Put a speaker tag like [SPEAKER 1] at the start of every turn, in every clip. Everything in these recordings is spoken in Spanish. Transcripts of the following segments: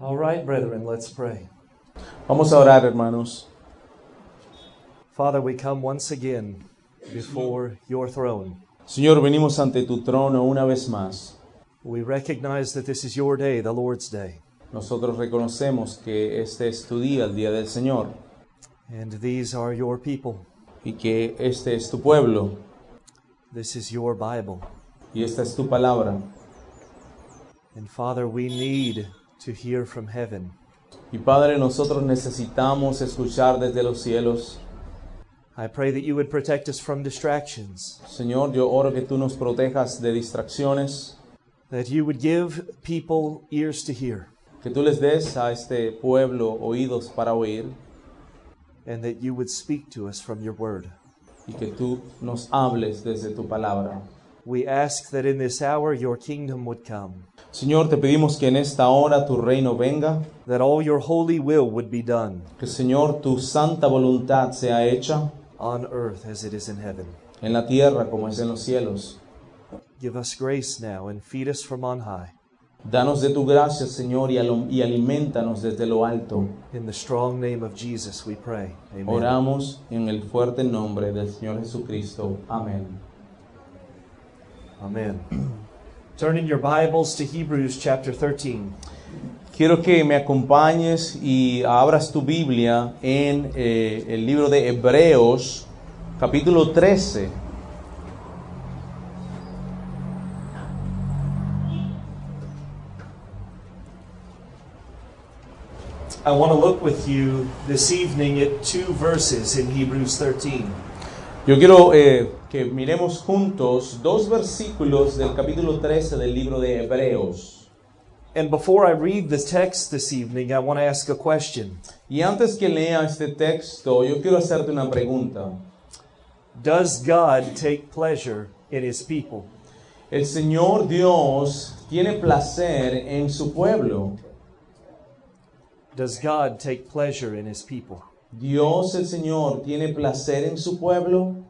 [SPEAKER 1] All right, brethren, let's pray.
[SPEAKER 2] Vamos a orar, hermanos.
[SPEAKER 1] Father, we come once again before your throne.
[SPEAKER 2] Señor, venimos ante tu trono una vez más.
[SPEAKER 1] We recognize that this is your day, the Lord's day,
[SPEAKER 2] Nosotros reconocemos que este es tu día, el día del Señor,
[SPEAKER 1] and these are your people.
[SPEAKER 2] y que este es tu pueblo,
[SPEAKER 1] This is your Bible.
[SPEAKER 2] y esta es tu palabra.
[SPEAKER 1] And Father, we need to hear from heaven.
[SPEAKER 2] Y Padre, nosotros necesitamos escuchar desde los cielos.
[SPEAKER 1] I pray that you would protect us from distractions,
[SPEAKER 2] Señor, yo oro que tú nos protejas de distracciones,
[SPEAKER 1] that you would give people ears to hear,
[SPEAKER 2] que tú les des a este pueblo oídos para oír,
[SPEAKER 1] and that you would speak to us from your word.
[SPEAKER 2] y que tú nos hables desde tu palabra.
[SPEAKER 1] We ask that in this hour your kingdom would come,
[SPEAKER 2] Señor, te pedimos que en esta hora tu reino venga,
[SPEAKER 1] that all your holy will would be done
[SPEAKER 2] que Señor tu santa voluntad sea hecha
[SPEAKER 1] on earth as it is in heaven.
[SPEAKER 2] en la tierra como es en los cielos.
[SPEAKER 1] Give us grace now and feed us from on high.
[SPEAKER 2] Danos de tu gracia, Señor, y, alom- y alimentanos desde lo alto.
[SPEAKER 1] In the strong name of Jesus we pray. Amen.
[SPEAKER 2] Oramos en el fuerte nombre del Señor Jesucristo. Amén.
[SPEAKER 1] Amen. Turn in your Bibles to Hebrews chapter 13.
[SPEAKER 2] Quiero que me acompañes y abras tu Biblia en eh, el libro de Hebreos, capítulo 13.
[SPEAKER 1] I want to look with you this evening at two verses in Hebrews 13.
[SPEAKER 2] Yo quiero eh, que miremos juntos dos versículos del capítulo 13 del libro de Hebreos.
[SPEAKER 1] And before I read the text this evening, I want to ask a question.
[SPEAKER 2] Y antes que lea este texto, yo quiero hacerte una pregunta.
[SPEAKER 1] Does God take pleasure in his people?
[SPEAKER 2] El Señor Dios tiene placer en su pueblo.
[SPEAKER 1] Does God take pleasure in his people?
[SPEAKER 2] Dios el Señor tiene placer en su pueblo.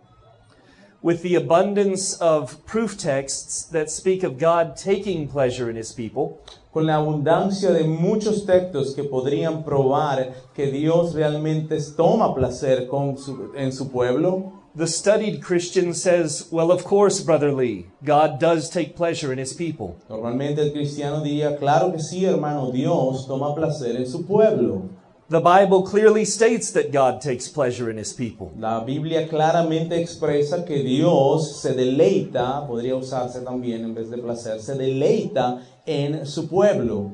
[SPEAKER 1] With the abundance of proof texts that speak of God taking pleasure in his people,
[SPEAKER 2] Con la abundancia de muchos textos que podrían probar que Dios realmente toma placer con su- en su pueblo,
[SPEAKER 1] the studied Christian says, Well, of course, Brother Lee, God does take pleasure in his people.
[SPEAKER 2] Normalmente el cristiano diría, claro que sí, hermano, Dios toma placer en su pueblo.
[SPEAKER 1] The Bible clearly states that God takes pleasure in his people.
[SPEAKER 2] La Biblia claramente expresa que Dios se deleita, podría usarse también en vez de placer, se deleita en su pueblo.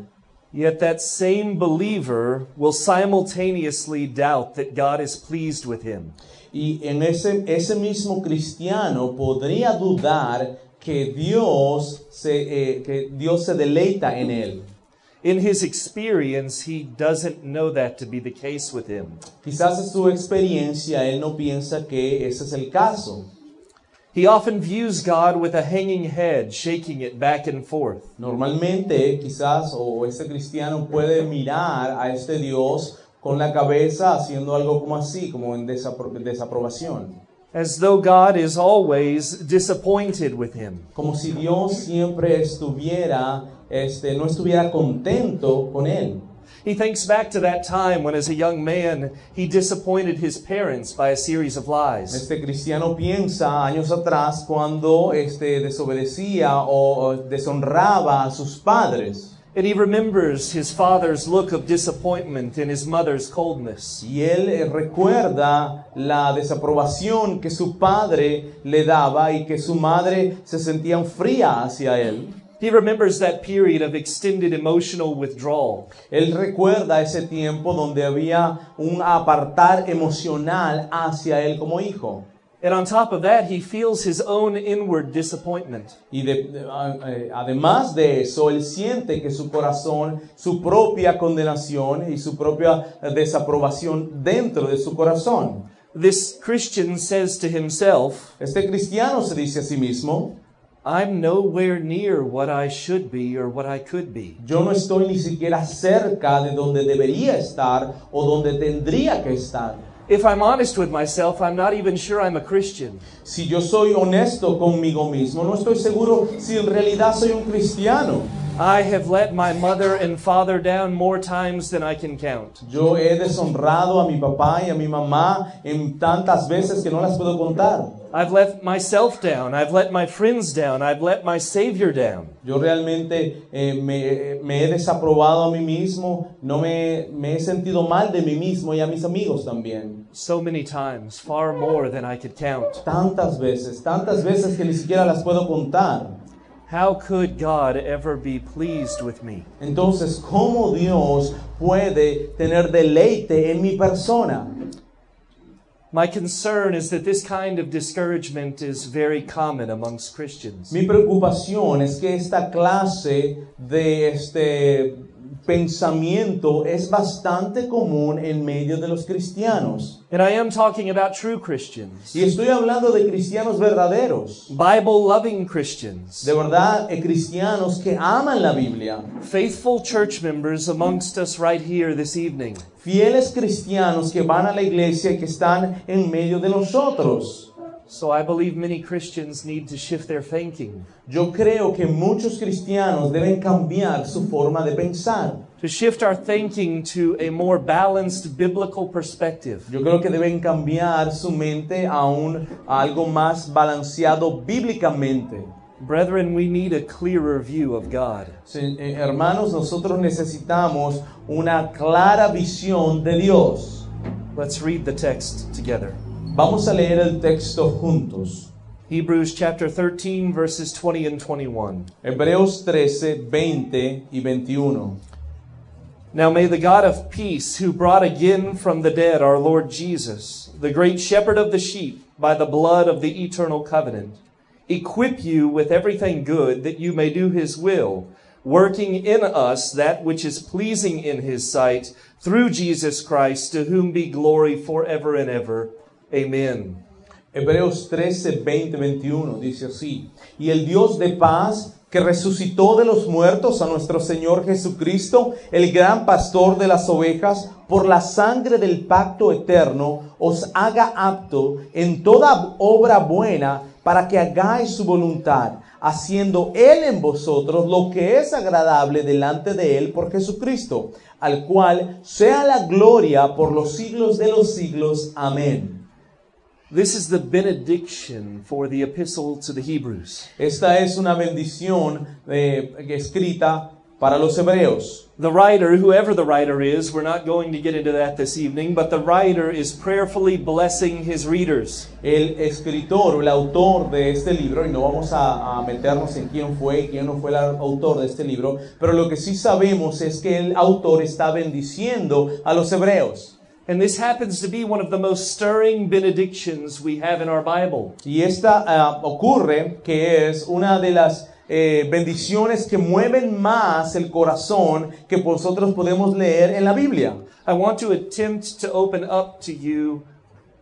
[SPEAKER 1] Yet that same believer will simultaneously doubt that God is pleased with him.
[SPEAKER 2] Y en ese, ese mismo cristiano podría dudar que Dios, se, eh, que Dios se deleita en él.
[SPEAKER 1] In his experience, he doesn't know that to be the case with him.
[SPEAKER 2] Quizás en su experiencia él no piensa que ese es el caso.
[SPEAKER 1] He often views God with a hanging head, shaking it back and forth.
[SPEAKER 2] Normalmente, quizás, o este cristiano puede mirar a este Dios con la cabeza haciendo algo como así, como en desapro- desaprobación.
[SPEAKER 1] As though God is always disappointed with him.
[SPEAKER 2] Como si Dios siempre estuviera, este, no estuviera contento con él.
[SPEAKER 1] He thinks back to that time when, as a young man, he disappointed his parents by a series of lies.
[SPEAKER 2] Este cristiano piensa años atrás cuando este, desobedecía o o deshonraba a sus padres.
[SPEAKER 1] And he remembers his father's look of disappointment and his mother's coldness.
[SPEAKER 2] Y él eh, recuerda la desaprobación que su padre le daba y que su madre se sentía fría hacia él.
[SPEAKER 1] He remembers that period of extended emotional withdrawal.
[SPEAKER 2] Él recuerda ese tiempo donde había un apartar emocional hacia él como hijo.
[SPEAKER 1] And on top of that, he feels his own inward disappointment.
[SPEAKER 2] Y de- de- a- eh, además de eso, él siente que su corazón, su propia condenación y su propia desaprobación dentro de su corazón.
[SPEAKER 1] This Christian says to himself,
[SPEAKER 2] Este cristiano se dice a sí mismo,
[SPEAKER 1] I'm nowhere near what I should be or what I could be.
[SPEAKER 2] Yo no estoy ni siquiera cerca de donde debería estar o donde tendría que estar.
[SPEAKER 1] If I'm honest with myself, I'm not even sure I'm a Christian.
[SPEAKER 2] Si yo soy honesto conmigo mismo, no estoy seguro si en realidad soy un cristiano.
[SPEAKER 1] I have let my mother and father down more times than I can count.
[SPEAKER 2] Yo he deshonrado a mi papá y a mi mamá en tantas veces que no las puedo contar.
[SPEAKER 1] I've let myself down. I've let my friends down. I've let my Savior down.
[SPEAKER 2] Yo realmente eh, me, me he desaprobado a mí mismo, no me, me he sentido mal de mí mismo y a mis amigos también.
[SPEAKER 1] So many times, far more than I could count.
[SPEAKER 2] Tantas veces, tantas veces que ni siquiera las puedo contar.
[SPEAKER 1] How could God ever be pleased with me?
[SPEAKER 2] Entonces, ¿cómo Dios puede tener deleite en mi persona?
[SPEAKER 1] My concern is that this kind of discouragement is very common amongst Christians.
[SPEAKER 2] Mi preocupación es que esta clase de este pensamiento es bastante común en medio de los cristianos.
[SPEAKER 1] And I am talking about true Christians,
[SPEAKER 2] Y estoy hablando de cristianos verdaderos,
[SPEAKER 1] Bible loving Christians,
[SPEAKER 2] de verdad, eh, cristianos que aman la Biblia,
[SPEAKER 1] faithful church members amongst us right here this evening.
[SPEAKER 2] fieles cristianos que van a la iglesia y que están en medio de nosotros.
[SPEAKER 1] So I believe many Christians need to shift their thinking,
[SPEAKER 2] Yo creo que muchos cristianos deben cambiar su forma de pensar.
[SPEAKER 1] to shift our thinking to a more balanced biblical perspective.
[SPEAKER 2] Yo creo que deben cambiar su mente a, un, a algo más balanceado bíblicamente.
[SPEAKER 1] Brethren, we need a clearer view of God.
[SPEAKER 2] Sí, eh, hermanos, nosotros necesitamos una clara visión de Dios.
[SPEAKER 1] Let's read the text together.
[SPEAKER 2] Vamos a leer el texto juntos.
[SPEAKER 1] Hebrews chapter 13, verses 20 and 21.
[SPEAKER 2] Hebreos 13, 20 y 21.
[SPEAKER 1] Now may the God of peace, who brought again from the dead our Lord Jesus, the great shepherd of the sheep, by the blood of the eternal covenant, equip you with everything good that you may do his will, working in us that which is pleasing in his sight, through Jesus Christ, to whom be glory forever and ever. Amen.
[SPEAKER 2] Hebreos 13, 20, 21 dice así, y el Dios de paz que resucitó de los muertos a nuestro Señor Jesucristo, el gran pastor de las ovejas, por la sangre del pacto eterno, os haga apto en toda obra buena para que hagáis su voluntad, haciendo Él en vosotros lo que es agradable delante de Él por Jesucristo, al cual sea la gloria por los siglos de los siglos. Amén.
[SPEAKER 1] This is the benediction for the epistle to the Hebrews.
[SPEAKER 2] Esta es una bendición eh, escrita para los hebreos.
[SPEAKER 1] The writer, whoever the writer is, we're not going to get into that this evening, but the writer is prayerfully blessing his readers.
[SPEAKER 2] El escritor o el autor de este libro, y no vamos a, a meternos en quién fue y quién no fue el autor de este libro, pero lo que sí sabemos es que el autor está bendiciendo a los hebreos.
[SPEAKER 1] And this happens to be one of the most stirring benedictions we have in our Bible.
[SPEAKER 2] Y esta ah, ocurre que es una de las eh, bendiciones que mueven más el corazón que nosotros podemos leer en la Biblia.
[SPEAKER 1] I want to attempt to open up to you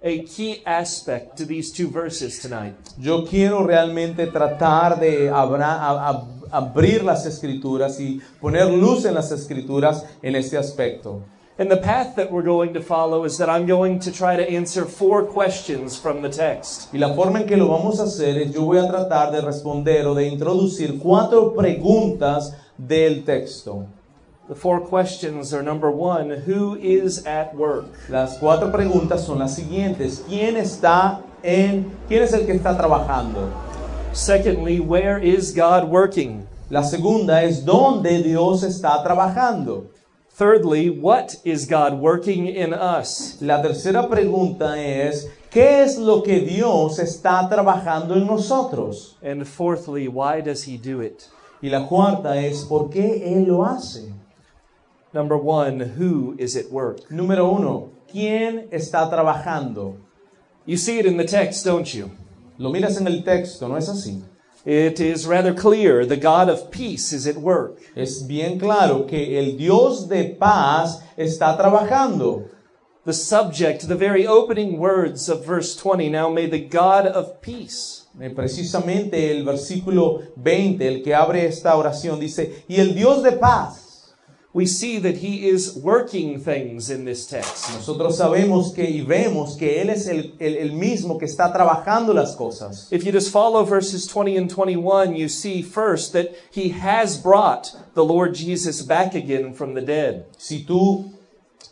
[SPEAKER 1] a key aspect to these two verses tonight.
[SPEAKER 2] Yo quiero realmente tratar de abra- a- a- abrir las escrituras y poner luz en las escrituras en este aspecto.
[SPEAKER 1] And the path that we're going to follow is that I'm going to try to answer four questions from the text.
[SPEAKER 2] Y la forma en que lo vamos a hacer es yo voy a tratar de responder o de introducir cuatro preguntas del texto.
[SPEAKER 1] The four questions are number one, who is at work?
[SPEAKER 2] Las cuatro preguntas son las siguientes. ¿Quién está en quién es el que está trabajando?
[SPEAKER 1] Secondly, where is God working?
[SPEAKER 2] La segunda es dónde Dios está trabajando.
[SPEAKER 1] Thirdly, what is God working in us?
[SPEAKER 2] La tercera pregunta es, ¿qué es lo que Dios está trabajando en nosotros?
[SPEAKER 1] And fourthly, why does He do it?
[SPEAKER 2] Y la cuarta es, ¿por qué Él lo hace?
[SPEAKER 1] Number one, who is at work?
[SPEAKER 2] Número uno, ¿quién está trabajando?
[SPEAKER 1] You see it in the text, don't you?
[SPEAKER 2] Lo miras en el texto, ¿no es así?
[SPEAKER 1] It is rather clear the God of peace is at work.
[SPEAKER 2] Es bien claro que el Dios de paz está trabajando.
[SPEAKER 1] The subject, the very opening words of verse 20 now may the God of peace.
[SPEAKER 2] Eh, Precisamente el versículo 20, el que abre esta oración, dice, y el Dios de paz.
[SPEAKER 1] we see that he is working things in this text.
[SPEAKER 2] Nosotros sabemos que y vemos que Él es el, el- el mismo que está trabajando las cosas.
[SPEAKER 1] If you just follow verses 20 and 21, you see first that he has brought the Lord Jesus back again from the dead.
[SPEAKER 2] Si tú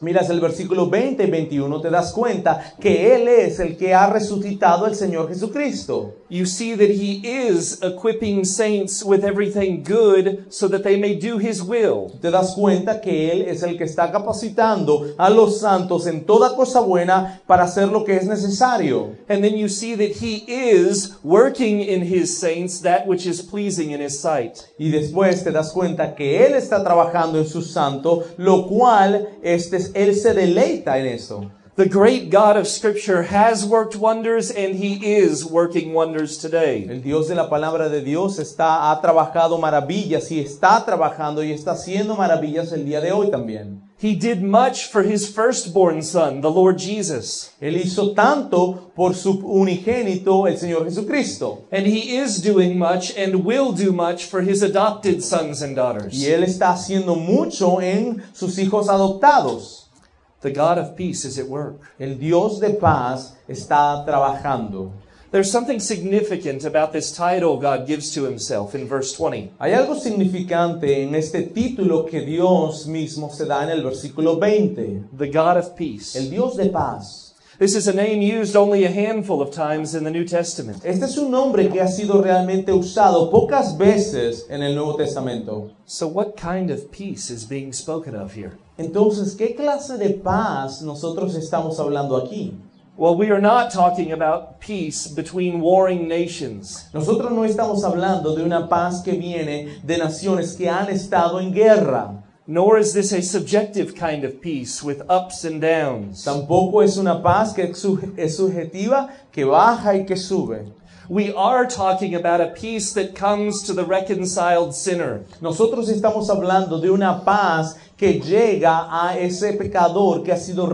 [SPEAKER 2] miras el versículo 20 y 21, te das cuenta que Él es el que ha resucitado al Señor Jesucristo.
[SPEAKER 1] You see that he is equipping saints with everything good so that they may do his will.
[SPEAKER 2] Te das cuenta que Él es el que está capacitando a los santos en toda cosa buena para hacer lo que es necesario.
[SPEAKER 1] And then you see that he is working in his saints that which is pleasing in his sight.
[SPEAKER 2] Y después te das cuenta que Él está trabajando en su santo, lo cual este, Él se deleita en eso.
[SPEAKER 1] The great God of scripture has worked wonders and he is working wonders today.
[SPEAKER 2] El Dios de la palabra de Dios está, ha trabajado maravillas y está trabajando y está haciendo maravillas el día de hoy también.
[SPEAKER 1] He did much for his firstborn son, the Lord Jesus.
[SPEAKER 2] Él hizo tanto por su unigénito, el Señor Jesucristo.
[SPEAKER 1] And he is doing much and will do much for his adopted sons and
[SPEAKER 2] Y
[SPEAKER 1] daughters.
[SPEAKER 2] Él está haciendo mucho en sus hijos adoptados.
[SPEAKER 1] The God of peace is at work.
[SPEAKER 2] El Dios de paz está trabajando.
[SPEAKER 1] There's something significant about this title God gives to himself in verse 20.
[SPEAKER 2] Hay algo significante en este título que Dios mismo se da en el versículo 20.
[SPEAKER 1] The God of peace.
[SPEAKER 2] El Dios de paz.
[SPEAKER 1] This is a name used only a handful of times in the New Testament.
[SPEAKER 2] Este es un nombre que ha sido realmente usado pocas veces en el Nuevo Testamento.
[SPEAKER 1] So, what kind of peace is being spoken of here?
[SPEAKER 2] Entonces, ¿qué clase de paz nosotros estamos hablando aquí?
[SPEAKER 1] Well, we are not talking about peace between warring nations.
[SPEAKER 2] Nosotros no estamos hablando de una paz que viene de naciones que han estado en guerra.
[SPEAKER 1] Nor is this a subjective kind of peace with ups and downs.
[SPEAKER 2] Tampoco es una paz que es suje- es subjetiva, que baja y que sube.
[SPEAKER 1] We are talking about a peace that comes to the reconciled sinner.
[SPEAKER 2] Nosotros estamos hablando de una paz que llega a ese pecador que ha sido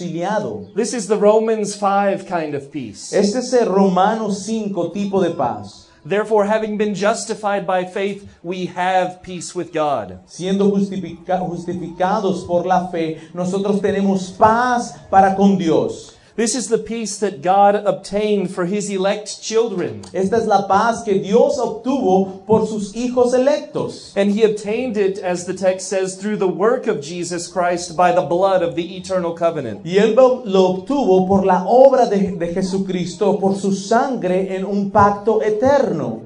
[SPEAKER 2] reconciliado.
[SPEAKER 1] This is the Romans 5 kind of peace.
[SPEAKER 2] Este es el Romano 5 tipo de paz.
[SPEAKER 1] Therefore, having been justified by faith, we have peace with God.
[SPEAKER 2] Siendo justifica- justificados por la fe, nosotros tenemos paz para con Dios.
[SPEAKER 1] This is the peace that God obtained for his elect children.
[SPEAKER 2] Esta es la paz que Dios obtuvo por sus hijos electos.
[SPEAKER 1] And he obtained it, as the text says, through the work of Jesus Christ by the blood of the eternal covenant.
[SPEAKER 2] Y él lo lo obtuvo por la obra de, de Jesucristo, por su sangre en un pacto eterno.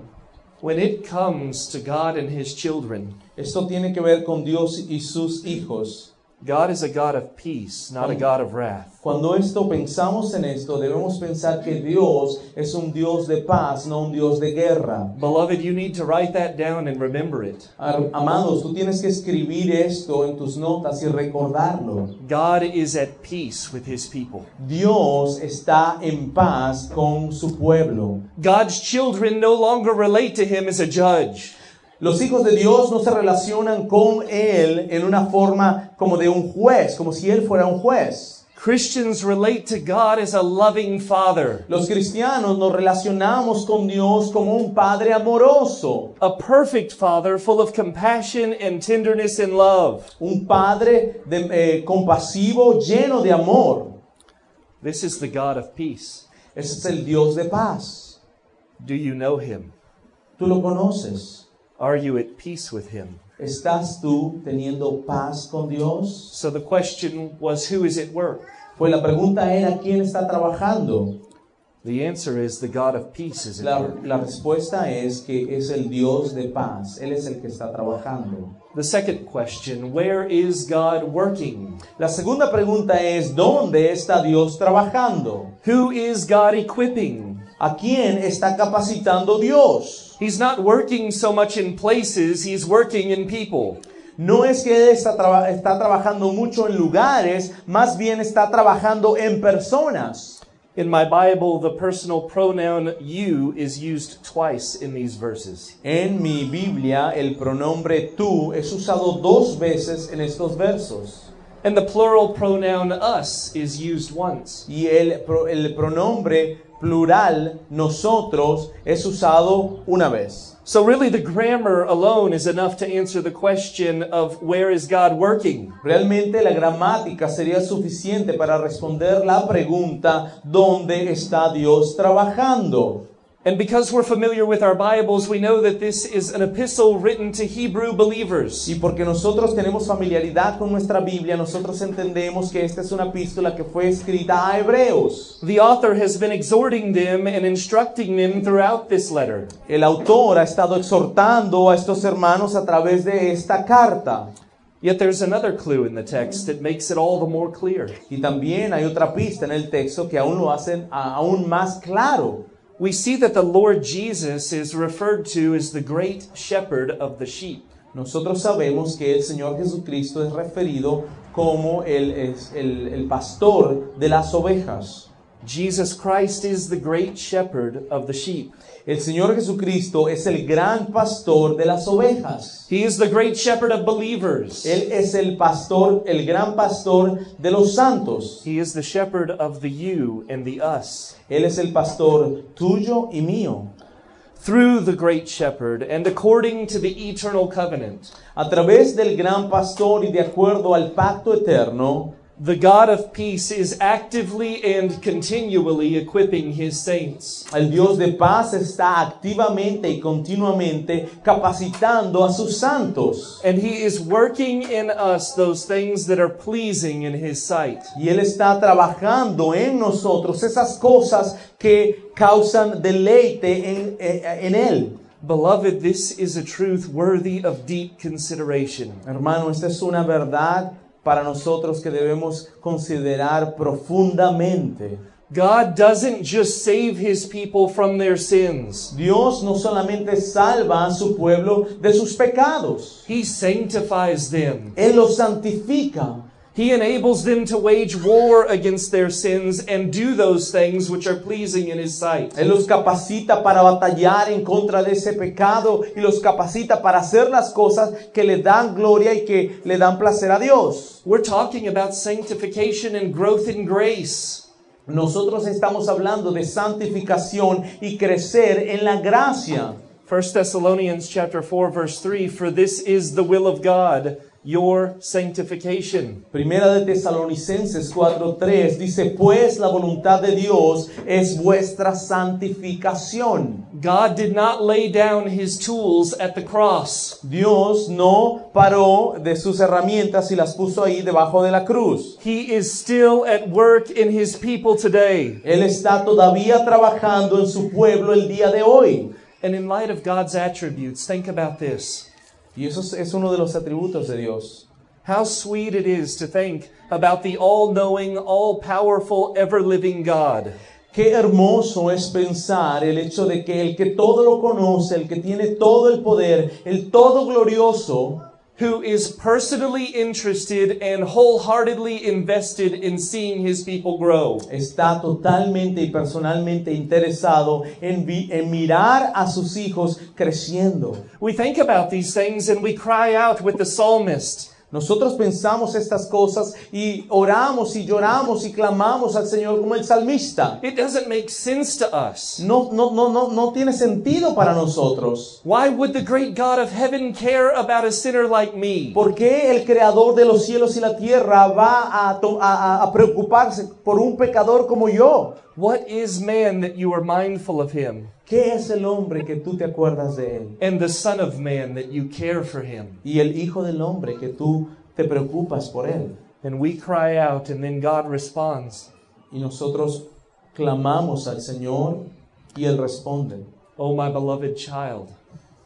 [SPEAKER 1] When it comes to God and his children,
[SPEAKER 2] Esto tiene que ver con Dios y sus hijos.
[SPEAKER 1] God is a God of peace, not a God of wrath.
[SPEAKER 2] Cuando esto pensamos en esto, debemos pensar que Dios es un Dios de paz, no un Dios de guerra.
[SPEAKER 1] Beloved, you need to write that down and remember it.
[SPEAKER 2] Ar- Amados, tú tienes que escribir esto en tus notas y recordarlo.
[SPEAKER 1] God is at peace with his people.
[SPEAKER 2] Dios está en paz con su pueblo.
[SPEAKER 1] God's children no longer relate to him as a judge.
[SPEAKER 2] Los hijos de Dios no se relacionan con Él en una forma como de un juez, como si Él fuera un juez.
[SPEAKER 1] Christians relate to God as a loving father,
[SPEAKER 2] Los cristianos nos relacionamos con Dios como un Padre amoroso,
[SPEAKER 1] a perfect father full of compassion and tenderness and love.
[SPEAKER 2] un Padre de- eh, compasivo, lleno de amor.
[SPEAKER 1] This is the God of peace.
[SPEAKER 2] Ese es el Dios de paz.
[SPEAKER 1] Do you know him?
[SPEAKER 2] Tú lo conoces.
[SPEAKER 1] Are you at peace with him?
[SPEAKER 2] ¿Estás tú teniendo paz con Dios?
[SPEAKER 1] So the question was who is at work?
[SPEAKER 2] Pues la pregunta era, ¿quién está trabajando?
[SPEAKER 1] The answer is the God of peace is at
[SPEAKER 2] La,
[SPEAKER 1] work.
[SPEAKER 2] la respuesta es que es el Dios de paz. Él es el que está trabajando.
[SPEAKER 1] The second question where is God working?
[SPEAKER 2] La segunda pregunta es, ¿dónde está Dios trabajando?
[SPEAKER 1] Who is God equipping?
[SPEAKER 2] ¿A quién está capacitando Dios?
[SPEAKER 1] He's not working so much in places, he's working in people.
[SPEAKER 2] No es que Él está, traba- está trabajando mucho en lugares, más bien está trabajando en personas.
[SPEAKER 1] In my Bible, the personal pronoun you is used twice in these verses.
[SPEAKER 2] En mi Biblia, el pronombre tú es usado dos veces en estos versos.
[SPEAKER 1] And the plural pronoun us is used once.
[SPEAKER 2] Y el, pro- el pronombre plural, nosotros, es usado una vez.
[SPEAKER 1] So, really, the grammar alone is enough to answer the question of where is God working?
[SPEAKER 2] Realmente la gramática sería suficiente para responder la pregunta ¿dónde está Dios trabajando?
[SPEAKER 1] And because we're familiar with our Bibles, we know that this is an epistle written to Hebrew believers.
[SPEAKER 2] Y porque nosotros tenemos familiaridad con nuestra Biblia, nosotros entendemos que esta es una epístola que fue escrita a hebreos.
[SPEAKER 1] The author has been exhorting them and instructing them throughout this letter.
[SPEAKER 2] El autor ha estado exhortando a estos hermanos a través de esta carta.
[SPEAKER 1] Yet there's another clue in the text that makes it all the more clear.
[SPEAKER 2] Y también hay otra pista en el texto que aún lo hacen a- aún más claro.
[SPEAKER 1] We see that the Lord Jesus is referred to as the great shepherd of the sheep.
[SPEAKER 2] Nosotros sabemos que el Señor Jesucristo es referido como el, es- el- el pastor de las ovejas.
[SPEAKER 1] Jesus Christ is the great shepherd of the sheep.
[SPEAKER 2] El Señor Jesucristo es el gran pastor de las ovejas.
[SPEAKER 1] He is the great shepherd of believers.
[SPEAKER 2] Él es el pastor, el gran pastor de los santos.
[SPEAKER 1] He is the shepherd of the you and the us.
[SPEAKER 2] Él es el pastor tuyo y mío.
[SPEAKER 1] Through the great shepherd and according to the eternal covenant,
[SPEAKER 2] A través del gran pastor y de acuerdo al pacto eterno,
[SPEAKER 1] the God of peace is actively and continually equipping his saints.
[SPEAKER 2] el Dios de paz está activamente y continuamente capacitando a sus santos.
[SPEAKER 1] And he is working in us those things that are pleasing in his sight.
[SPEAKER 2] Y Él está trabajando en nosotros esas cosas que causan deleite en, eh, en Él.
[SPEAKER 1] Beloved, this is a truth worthy of deep consideration.
[SPEAKER 2] Hermano, esta es una verdad para nosotros que debemos considerar profundamente.
[SPEAKER 1] God doesn't just save his people from their sins,
[SPEAKER 2] Dios no solamente salva a su pueblo de sus pecados,
[SPEAKER 1] he sanctifies them.
[SPEAKER 2] Él los santifica.
[SPEAKER 1] He enables them to wage war against their sins and do those things which are pleasing in his sight.
[SPEAKER 2] Él los capacita para batallar en contra de ese pecado y los capacita para hacer las cosas que le dan gloria y que le dan placer a Dios.
[SPEAKER 1] We're talking about sanctification and growth in grace.
[SPEAKER 2] Nosotros estamos hablando de santificación y crecer en la gracia.
[SPEAKER 1] 1 Thessalonians chapter 4 verse 3 for this is the will of God your sanctification.
[SPEAKER 2] Primera de Tesalonicenses 4:3 dice, pues la voluntad de Dios es vuestra santificación.
[SPEAKER 1] God did not lay down his tools at the cross.
[SPEAKER 2] Dios no paró de sus herramientas y las puso ahí debajo de la cruz.
[SPEAKER 1] He is still at work in his people today.
[SPEAKER 2] Él está todavía trabajando en su pueblo el día de hoy.
[SPEAKER 1] And in light of God's attributes, think about this.
[SPEAKER 2] Y eso es, es uno de los atributos de Dios.
[SPEAKER 1] How sweet it is to think about the all knowing, all powerful, ever living God.
[SPEAKER 2] Qué hermoso es pensar el hecho de que el que todo lo conoce, el que tiene todo el poder, el todo glorioso,
[SPEAKER 1] Who is personally interested and wholeheartedly invested in seeing his people grow.
[SPEAKER 2] está totalmente y personalmente interesado en, vi- en mirar a sus hijos creciendo.
[SPEAKER 1] We think about these things and we cry out with the psalmist
[SPEAKER 2] Nosotros pensamos estas cosas y oramos y lloramos y clamamos al Señor como el salmista.
[SPEAKER 1] It doesn't make sense to us.
[SPEAKER 2] No, no, no, no, no tiene sentido para nosotros.
[SPEAKER 1] Why would the great God of heaven care about a sinner like me?
[SPEAKER 2] ¿Por qué el creador de los cielos y la tierra va a, to- a- a- a preocuparse por un pecador como yo?
[SPEAKER 1] What is man that you are mindful of him,
[SPEAKER 2] ¿Qué es el hombre que tú te acuerdas de él?
[SPEAKER 1] and the Son of Man that you care for him?
[SPEAKER 2] Y el hijo del hombre que tú te preocupas por él.
[SPEAKER 1] And we cry out, and then God responds,
[SPEAKER 2] Y nosotros clamamos al Señor y él responde,
[SPEAKER 1] O my beloved child,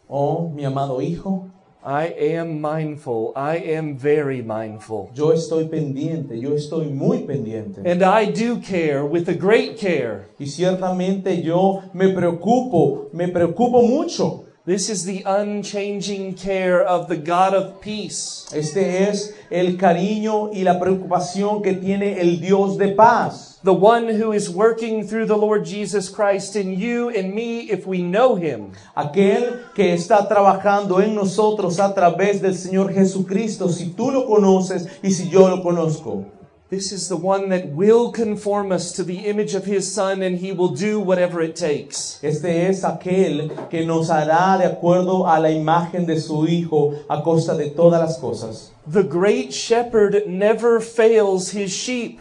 [SPEAKER 2] oh mi amado hijo,
[SPEAKER 1] I am mindful, I am very mindful.
[SPEAKER 2] yo estoy pendiente, yo estoy muy pendiente.
[SPEAKER 1] And I do care with a great care.
[SPEAKER 2] Y ciertamente yo me preocupo, me preocupo mucho.
[SPEAKER 1] This is the unchanging care of the God of peace.
[SPEAKER 2] Este es el cariño y la preocupación que tiene el Dios de paz.
[SPEAKER 1] The one who is working through the Lord Jesus Christ in you and me if we know him.
[SPEAKER 2] Aquel que está trabajando en nosotros a través del Señor Jesucristo, si tú lo conoces y si yo lo conozco.
[SPEAKER 1] This is the one that will conform us to the image of his son, and he will do whatever it takes.
[SPEAKER 2] Este es aquel que nos hará de acuerdo a la imagen de su Hijo a costa de todas las cosas.
[SPEAKER 1] The great shepherd never fails his sheep.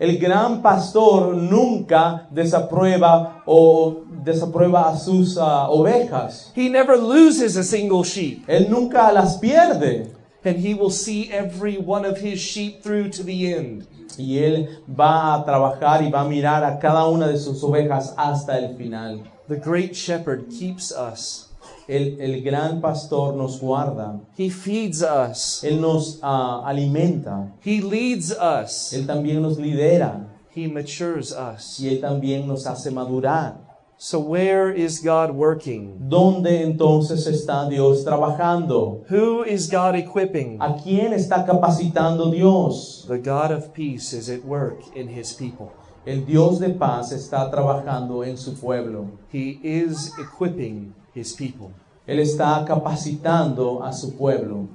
[SPEAKER 2] El gran pastor nunca desaprueba o desaprueba a sus ah, ovejas.
[SPEAKER 1] He never loses a single sheep,
[SPEAKER 2] Él nunca las pierde.
[SPEAKER 1] and he will see every one of his sheep through to the end.
[SPEAKER 2] Y Él va a trabajar y va a mirar a cada una de sus ovejas hasta el final.
[SPEAKER 1] The great shepherd keeps us,
[SPEAKER 2] El, el gran pastor nos guarda.
[SPEAKER 1] he feeds us,
[SPEAKER 2] Él nos ah, alimenta.
[SPEAKER 1] he leads us,
[SPEAKER 2] Él también nos lidera.
[SPEAKER 1] he matures us.
[SPEAKER 2] Y Él también nos hace madurar.
[SPEAKER 1] So, where is God working?
[SPEAKER 2] ¿Dónde entonces está Dios trabajando?
[SPEAKER 1] Who is God equipping?
[SPEAKER 2] ¿A quién está capacitando Dios?
[SPEAKER 1] The God of peace is at work in his people.
[SPEAKER 2] El Dios de paz está trabajando en su pueblo.
[SPEAKER 1] He is equipping his people.
[SPEAKER 2] Él está capacitando a su pueblo.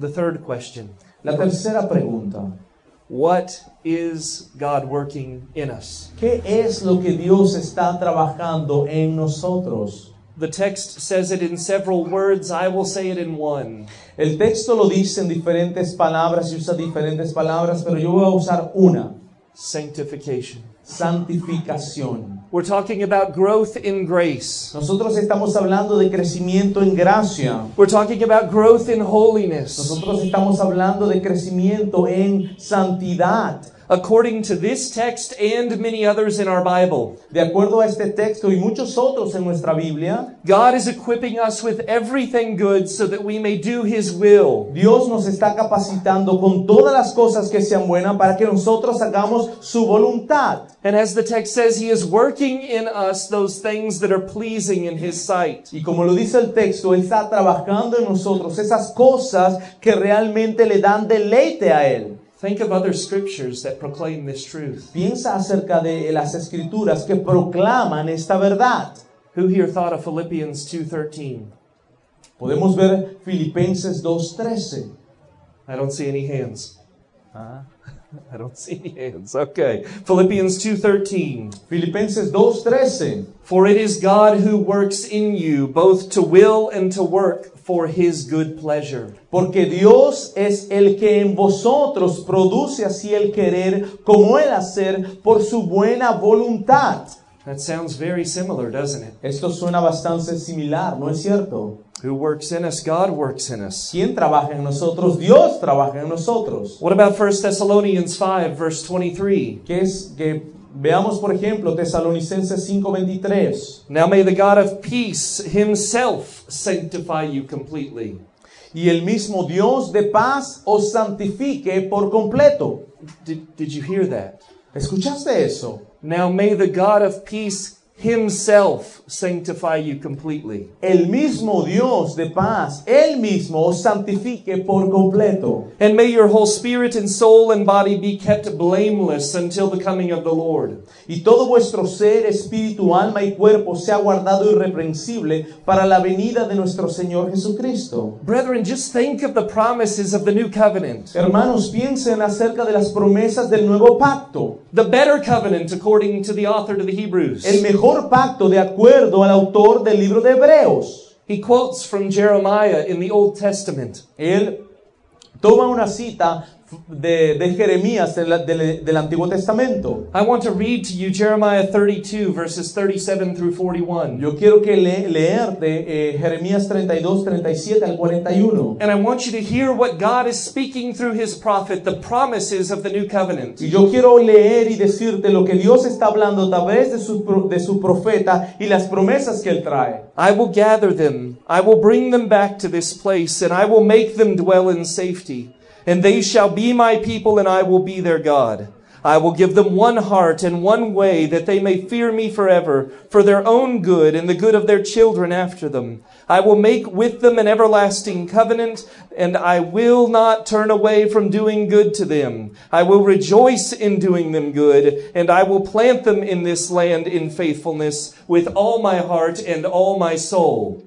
[SPEAKER 1] The third question
[SPEAKER 2] La tercera pregunta.
[SPEAKER 1] What is God working in us?
[SPEAKER 2] ¿Qué es lo que Dios está trabajando en nosotros?
[SPEAKER 1] The text says it in several words. I will say it in one.
[SPEAKER 2] El texto lo dice en diferentes palabras y usa diferentes palabras, pero yo voy a usar una.
[SPEAKER 1] Sanctification.
[SPEAKER 2] Santificación.
[SPEAKER 1] We're talking about growth in grace.
[SPEAKER 2] Nosotros estamos hablando de crecimiento en gracia.
[SPEAKER 1] We're talking about growth in holiness.
[SPEAKER 2] Nosotros estamos hablando de crecimiento en santidad.
[SPEAKER 1] According to this text and many others in our Bible,
[SPEAKER 2] De acuerdo a este texto y muchos otros en nuestra Biblia,
[SPEAKER 1] God is equipping us with everything good so that we may do His will.
[SPEAKER 2] Dios nos está capacitando con todas las cosas que sean buenas para que nosotros hagamos su voluntad.
[SPEAKER 1] And as the text says, He is working in us those things that are pleasing in His sight.
[SPEAKER 2] Y como lo dice el texto, Él está trabajando en nosotros esas cosas que realmente le dan deleite a Él.
[SPEAKER 1] Think of other scriptures that proclaim this truth.
[SPEAKER 2] Piensa acerca de eh, las escrituras que proclaman esta verdad.
[SPEAKER 1] Who here thought of Philippians 2:13?
[SPEAKER 2] Podemos ver Filipenses 2.13.
[SPEAKER 1] I don't see any hands. I don't see any hands. Okay. Philippians 2:13.
[SPEAKER 2] Filipenses 2.13.
[SPEAKER 1] For it is God who works in you both to will and to work for his good pleasure.
[SPEAKER 2] Porque Dios es el que en vosotros produce así el querer como el hacer por su buena voluntad.
[SPEAKER 1] That sounds very similar, doesn't it?
[SPEAKER 2] Esto suena bastante similar, ¿no es cierto?
[SPEAKER 1] Who works in us? God works in us.
[SPEAKER 2] ¿Quién trabaja en nosotros? Dios trabaja en nosotros.
[SPEAKER 1] What about 1 Thessalonians 5 verse 23?
[SPEAKER 2] Que es que veamos por ejemplo Tesalonicenses 5:23.
[SPEAKER 1] Now may the God of peace himself sanctify you completely.
[SPEAKER 2] Y el mismo Dios de paz os santifique por completo.
[SPEAKER 1] Did, did you hear that?
[SPEAKER 2] ¿Escuchaste eso?
[SPEAKER 1] Now may the God of peace himself sanctify you completely.
[SPEAKER 2] El mismo Dios de paz, él mismo os santifique por completo.
[SPEAKER 1] And may your whole spirit and soul and body be kept blameless until the coming of the Lord.
[SPEAKER 2] Y todo vuestro ser, espíritu, alma y cuerpo sea guardado irreprensible para la venida de nuestro Señor Jesucristo.
[SPEAKER 1] Brethren, just think of the promises of the new covenant.
[SPEAKER 2] Hermanos, piensen acerca de las promesas del nuevo pacto,
[SPEAKER 1] The better covenant, according to the author to the
[SPEAKER 2] el
[SPEAKER 1] Hebrews.
[SPEAKER 2] mejor pacto de acuerdo al autor del libro de Hebreos.
[SPEAKER 1] He quotes from Jeremiah in the Old Testament.
[SPEAKER 2] Él toma una cita de, de Jeremías del- del- del Antiguo Testamento.
[SPEAKER 1] I want to read to you Jeremiah 32, verses 37 through 41.
[SPEAKER 2] Yo quiero que le, leerte eh, Jeremías 32, 37 al 41.
[SPEAKER 1] And I want you to hear what God is speaking through his prophet, the promises of the new covenant.
[SPEAKER 2] Y yo quiero leer y decirte lo que Dios está hablando a través de su, pro- de su profeta y las promesas que él trae.
[SPEAKER 1] I will gather them, I will bring them back to this place, and I will make them dwell in safety. And they shall be my people, and I will be their God. I will give them one heart and one way, that they may fear me forever, for their own good and the good of their children after them. I will make with them an everlasting covenant, and I will not turn away from doing good to them. I will rejoice in doing them good, and I will plant them in this land in faithfulness with all my heart and all my soul.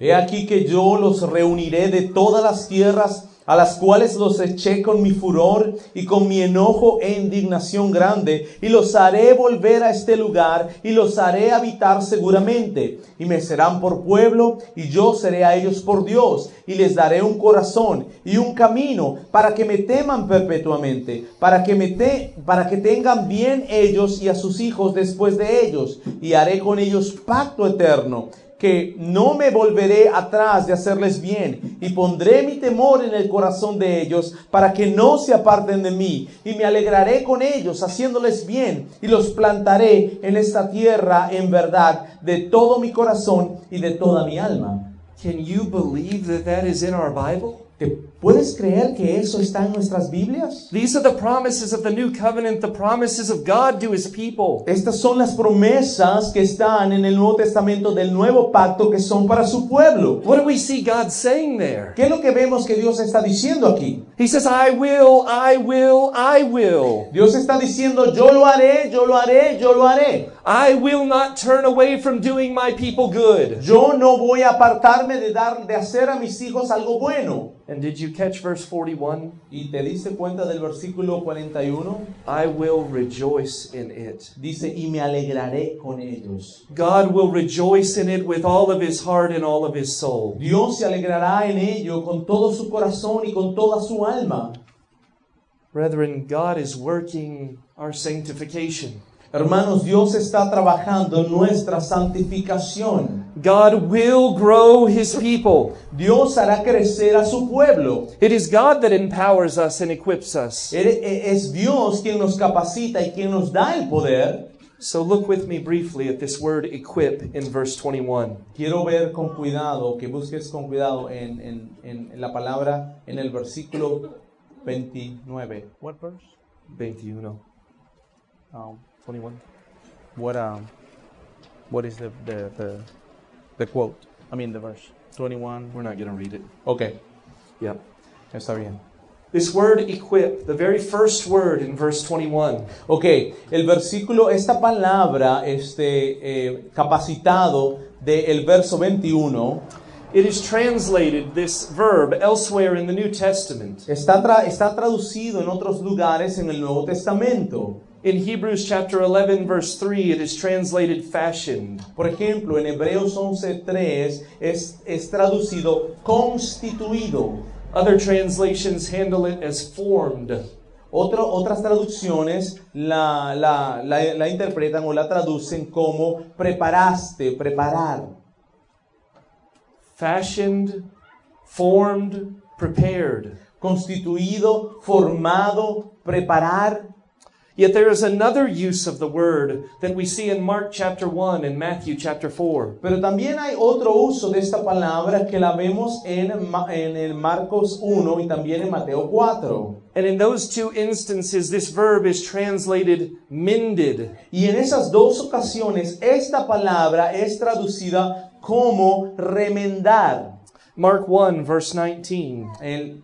[SPEAKER 2] He aquí que yo los reuniré de todas las tierras a las cuales los eché con mi furor y con mi enojo e indignación grande, y los haré volver a este lugar, y los haré habitar seguramente, y me serán por pueblo, y yo seré a ellos por Dios, y les daré un corazón y un camino, para que me teman perpetuamente, para que, me te- para que tengan bien ellos y a sus hijos después de ellos, y haré con ellos pacto eterno que no me volveré atrás de hacerles bien, y pondré mi temor en el corazón de ellos, para que no se aparten de mí, y me alegraré con ellos, haciéndoles bien, y los plantaré en esta tierra en verdad, de todo mi corazón y de toda mi alma.
[SPEAKER 1] Can you believe that that is in our Bible?
[SPEAKER 2] ¿Te puedes creer que eso está en nuestras Biblias?
[SPEAKER 1] These are the promises of the new covenant, the promises of God to his people.
[SPEAKER 2] Estas son las promesas que están en el Nuevo Testamento del nuevo pacto que son para su pueblo.
[SPEAKER 1] What do we see God saying there?
[SPEAKER 2] ¿Qué es lo que vemos que Dios está diciendo aquí?
[SPEAKER 1] He says, I will, I will, I will.
[SPEAKER 2] Dios está diciendo, yo lo haré, yo lo haré, yo lo haré.
[SPEAKER 1] I will not turn away from doing my people good.
[SPEAKER 2] Yo no voy a apartarme de dar de hacer a mis hijos algo bueno.
[SPEAKER 1] And did you catch verse 41?
[SPEAKER 2] ¿Y te diste cuenta del versículo 41?
[SPEAKER 1] I will rejoice in it.
[SPEAKER 2] Dice, "Y me alegraré con ellos."
[SPEAKER 1] God will rejoice in it with all of his heart and all of his soul.
[SPEAKER 2] Dios se alegrará en ello con todo su corazón y con toda su alma.
[SPEAKER 1] Brethren, God is working our sanctification.
[SPEAKER 2] Hermanos, Dios está trabajando en nuestra santificación.
[SPEAKER 1] God will grow his people.
[SPEAKER 2] Dios hará crecer a su pueblo.
[SPEAKER 1] It is God that empowers us and equips us.
[SPEAKER 2] Él- e, Es Dios quien nos capacita y quien nos da el poder
[SPEAKER 1] So look with me briefly at this word equip in verse 21.
[SPEAKER 2] Quiero ver con cuidado, que busques con cuidado en, en- en- en la palabra, en el versículo 29. What verse?
[SPEAKER 1] 21.
[SPEAKER 2] Um,
[SPEAKER 1] 21.
[SPEAKER 2] what, um, what is the, the, the, the quote? I mean the verse. 21.
[SPEAKER 1] We're not going to read it.
[SPEAKER 2] Ok,
[SPEAKER 1] Yep.
[SPEAKER 2] está bien.
[SPEAKER 1] This word equip, the very first word in verse 21,
[SPEAKER 2] Ok, el versículo, esta palabra, este, eh, capacitado del verso 21,
[SPEAKER 1] it is translated, this verb, elsewhere in the New Testament.
[SPEAKER 2] está, tra- está traducido en otros lugares en el Nuevo Testamento.
[SPEAKER 1] In Hebrews chapter 11, verse 3, it is translated fashioned.
[SPEAKER 2] Por ejemplo, en Hebreos 11.3 es, es traducido constituido.
[SPEAKER 1] Other translations handle it as formed.
[SPEAKER 2] Otro- otras traducciones la, la- la- la interpretan o la traducen como preparaste, preparar.
[SPEAKER 1] Fashioned, formed, prepared.
[SPEAKER 2] Constituido, formado, preparar.
[SPEAKER 1] Yet there is another use of the word that we see in Mark chapter 1 and Matthew chapter 4.
[SPEAKER 2] Pero también hay otro uso de esta palabra que la vemos en, Ma- en el Marcos 1 y también en Mateo 4.
[SPEAKER 1] And in those two instances, this verb is translated mended.
[SPEAKER 2] Y en esas dos ocasiones esta palabra es traducida como remendar.
[SPEAKER 1] Mark 1, verse 19.
[SPEAKER 2] En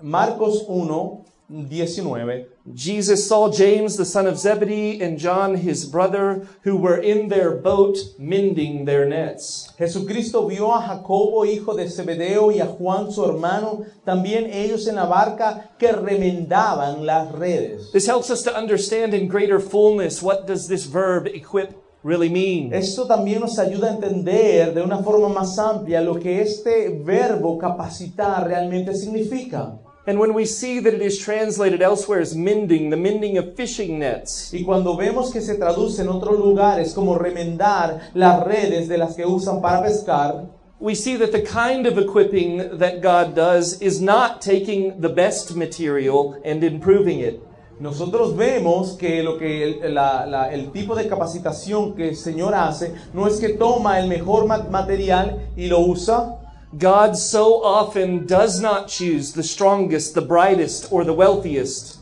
[SPEAKER 2] Marcos 1, 19.
[SPEAKER 1] Jesus saw James, the son of Zebedee, and John, his brother, who were in their boat mending their nets.
[SPEAKER 2] Jesucristo vio a Jacobo, hijo de Zebedeo, y a Juan, su hermano, también ellos en la barca que remendaban las redes.
[SPEAKER 1] This helps us to understand in greater fullness what does this verb equip really mean.
[SPEAKER 2] Esto también nos ayuda a entender de una forma más amplia lo que este verbo capacitar realmente significa.
[SPEAKER 1] And when we see that it is translated elsewhere as mending, the mending of fishing nets,
[SPEAKER 2] Y cuando vemos que se traduce en otros lugares como remendar las redes de las que usan para pescar,
[SPEAKER 1] we see that the kind of equipping that God does is not taking the best material and improving it.
[SPEAKER 2] nosotros vemos que, lo que el, la- la- el tipo de capacitación que el Señor hace no es que toma el mejor ma- material y lo usa.
[SPEAKER 1] God so often does not choose the strongest, the brightest, or the wealthiest.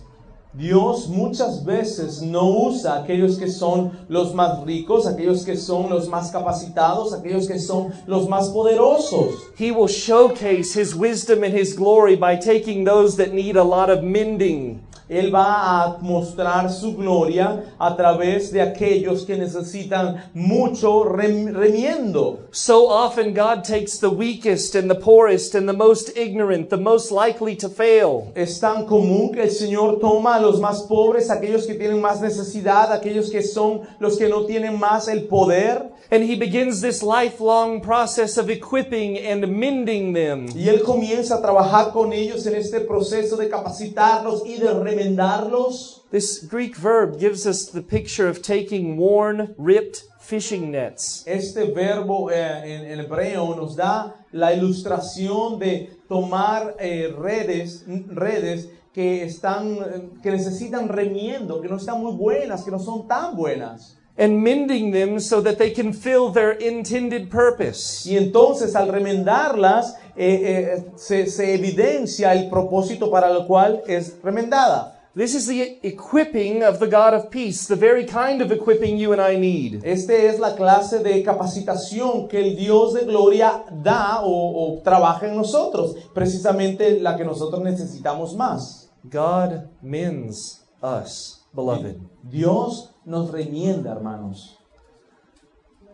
[SPEAKER 2] Dios muchas veces no usa aquellos que son los más ricos, aquellos que son los más capacitados, aquellos que son los más poderosos.
[SPEAKER 1] He will showcase his wisdom and his glory by taking those that need a lot of mending.
[SPEAKER 2] Él va a mostrar su gloria a través de aquellos que necesitan mucho rem- remiendo.
[SPEAKER 1] So often, God takes the weakest and the poorest and the most ignorant, the most likely to fail.
[SPEAKER 2] Es tan común que el Señor toma a los más pobres, aquellos que tienen más necesidad, aquellos que son los que no tienen más el poder.
[SPEAKER 1] And He begins this lifelong process of equipping and mending them.
[SPEAKER 2] Y Él comienza a trabajar con ellos en este proceso de capacitarlos y de remendarlos.
[SPEAKER 1] This Greek verb gives us the picture of taking worn, ripped fishing nets
[SPEAKER 2] Este verbo eh, en, en hebreo nos da la ilustración de tomar eh, redes, redes que, están, eh, que necesitan remiendo, que no están muy buenas, que no son tan buenas.
[SPEAKER 1] and mending them so that they can fill their intended purpose.
[SPEAKER 2] Y entonces al remendarlas eh, eh, se, se evidencia el propósito para el cual es remendada.
[SPEAKER 1] This is the equipping of the God of peace, the very kind of equipping you and I need.
[SPEAKER 2] Esta Este es la clase de capacitación que el Dios de gloria da o, o trabaja en nosotros, precisamente la que nosotros necesitamos más.
[SPEAKER 1] God mends us, beloved.
[SPEAKER 2] Dios nos remienda, hermanos.